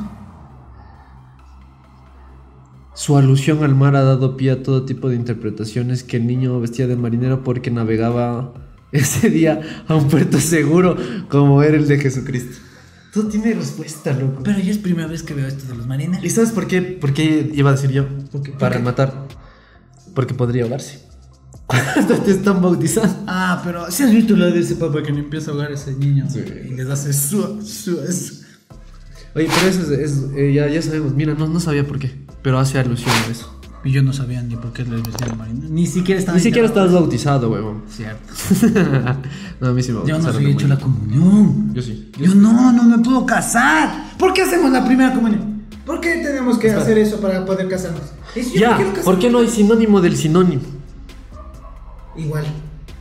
[SPEAKER 1] Su alusión al mar ha dado pie a todo tipo de interpretaciones que el niño vestía de marinero porque navegaba ese día a un puerto seguro como era el de Jesucristo. Todo tiene respuesta, loco.
[SPEAKER 3] Pero ya es primera vez que veo esto de los
[SPEAKER 1] ¿Y
[SPEAKER 3] marineros.
[SPEAKER 1] sabes por qué, por qué iba a decir yo? Para
[SPEAKER 3] qué?
[SPEAKER 1] rematar. Porque podría ahogarse. cuando te están bautizando.
[SPEAKER 3] Ah, pero si has visto la de ese papá que le empieza a ahogar a ese niño
[SPEAKER 1] Sí.
[SPEAKER 3] y les hace su, su, su.
[SPEAKER 1] Oye, pero eso es, es, eh, ya, ya sabemos. Mira, no, no sabía por qué, pero hace alusión a eso.
[SPEAKER 3] Y yo no sabía ni por qué les vestieron marina. Ni siquiera estaba.
[SPEAKER 1] Ni siquiera
[SPEAKER 3] enterado.
[SPEAKER 1] estás bautizado, huevón.
[SPEAKER 3] Cierto.
[SPEAKER 1] no, a mí sí me
[SPEAKER 3] Yo no
[SPEAKER 1] bautizaron
[SPEAKER 3] soy
[SPEAKER 1] de
[SPEAKER 3] hecho
[SPEAKER 1] muy-
[SPEAKER 3] la comunión.
[SPEAKER 1] Yo sí.
[SPEAKER 3] Yo no, no me puedo casar. ¿Por qué hacemos la primera comunión?
[SPEAKER 2] ¿Por qué tenemos que hacer eso para poder casarnos? Y si yo
[SPEAKER 1] Ya,
[SPEAKER 2] no quiero
[SPEAKER 1] ¿por
[SPEAKER 2] casarme-
[SPEAKER 1] qué no hay sinónimo del sinónimo?
[SPEAKER 2] Igual,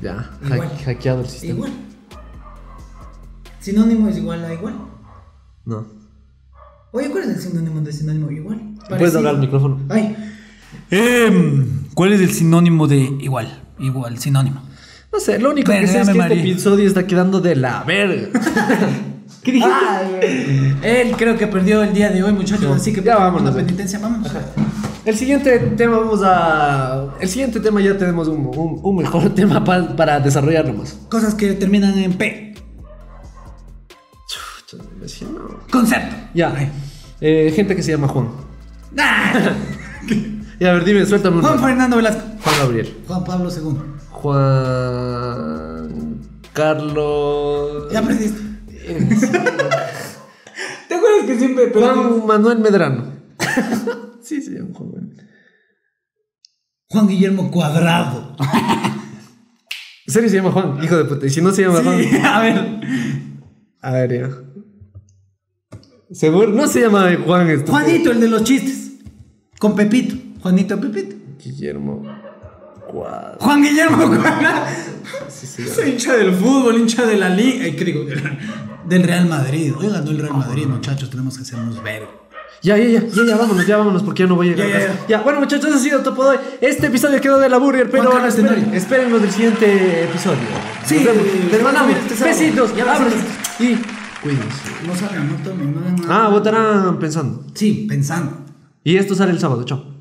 [SPEAKER 1] Ya, ha-
[SPEAKER 2] Igual.
[SPEAKER 1] hackeado el sistema.
[SPEAKER 2] igual. Sinónimo es igual a igual.
[SPEAKER 1] No.
[SPEAKER 2] Oye, ¿cuál es el sinónimo de sinónimo igual?
[SPEAKER 1] Puedes
[SPEAKER 2] Parecido.
[SPEAKER 1] hablar al micrófono.
[SPEAKER 2] Ay,
[SPEAKER 3] Em, ¿Cuál es el sinónimo de igual? Igual, sinónimo.
[SPEAKER 1] No sé, lo único que
[SPEAKER 3] Verga,
[SPEAKER 1] sé es
[SPEAKER 3] me
[SPEAKER 1] que
[SPEAKER 3] mareé.
[SPEAKER 1] este episodio está quedando de la verga.
[SPEAKER 3] ¿Qué dijiste? él creo que perdió el día de hoy, muchachos.
[SPEAKER 1] Sí.
[SPEAKER 3] Así que
[SPEAKER 1] Ya vámonos.
[SPEAKER 3] La penitencia, vamos.
[SPEAKER 1] El siguiente tema vamos a... El siguiente tema ya tenemos un, un- un mejor tema pa- para desarrollarlo más.
[SPEAKER 3] Cosas que terminan en P.
[SPEAKER 1] Chuta, me siento-
[SPEAKER 3] Concepto.
[SPEAKER 1] Ya. Eh, gente que se llama Juan.
[SPEAKER 3] Ah,
[SPEAKER 1] Ya, a ver, dime, suéltame un...
[SPEAKER 3] Juan
[SPEAKER 1] nombre.
[SPEAKER 3] Fernando Velasco.
[SPEAKER 1] Juan Gabriel.
[SPEAKER 3] Juan Pablo II.
[SPEAKER 1] Juan... Carlos...
[SPEAKER 3] Ya perdiste.
[SPEAKER 2] ¿te acuerdas que siempre perdimos?
[SPEAKER 1] Juan Manuel Medrano. sí, se llama Juan Manuel.
[SPEAKER 3] Juan Guillermo Cuadrado.
[SPEAKER 1] ¿En serio se llama Juan? Hijo de puta. Y si no se llama Juan...
[SPEAKER 3] Sí, a ver.
[SPEAKER 1] A ver, ya. Seguro no se llama Juan esto.
[SPEAKER 3] Juanito, el de los chistes. Con Pepito. Juanito Pepito.
[SPEAKER 1] Guillermo. Cuadro.
[SPEAKER 3] Juan Guillermo Cuadrado.
[SPEAKER 1] Sí, sí, ya.
[SPEAKER 3] Soy hincha del fútbol, hincha de la liga. Ay, ¿qué digo? Del Real Madrid. Hoy ganó el Real Madrid, muchachos. Tenemos que hacernos ver.
[SPEAKER 1] Ya, ya, ya, ya, ya, vámonos, ya, vámonos, porque ya no voy a llegar
[SPEAKER 3] Ya,
[SPEAKER 1] a
[SPEAKER 3] ya,
[SPEAKER 1] casa. Ya, bueno, muchachos, eso ha sido todo por hoy. Este episodio quedó de la burger, pero
[SPEAKER 3] Juan
[SPEAKER 1] ahora
[SPEAKER 3] Carlos
[SPEAKER 1] esperen,
[SPEAKER 3] Tenorio.
[SPEAKER 1] espérennos del siguiente episodio.
[SPEAKER 3] Sí,
[SPEAKER 1] Nos vemos. les
[SPEAKER 3] eh,
[SPEAKER 1] mandamos
[SPEAKER 3] este sábado.
[SPEAKER 1] besitos,
[SPEAKER 3] Ya, besitos.
[SPEAKER 1] abrazos y cuídense.
[SPEAKER 3] No salgan, no tomen, no hagan nada.
[SPEAKER 1] Ah, votarán pensando.
[SPEAKER 3] Sí, pensando.
[SPEAKER 1] Y esto sale el sábado, chao.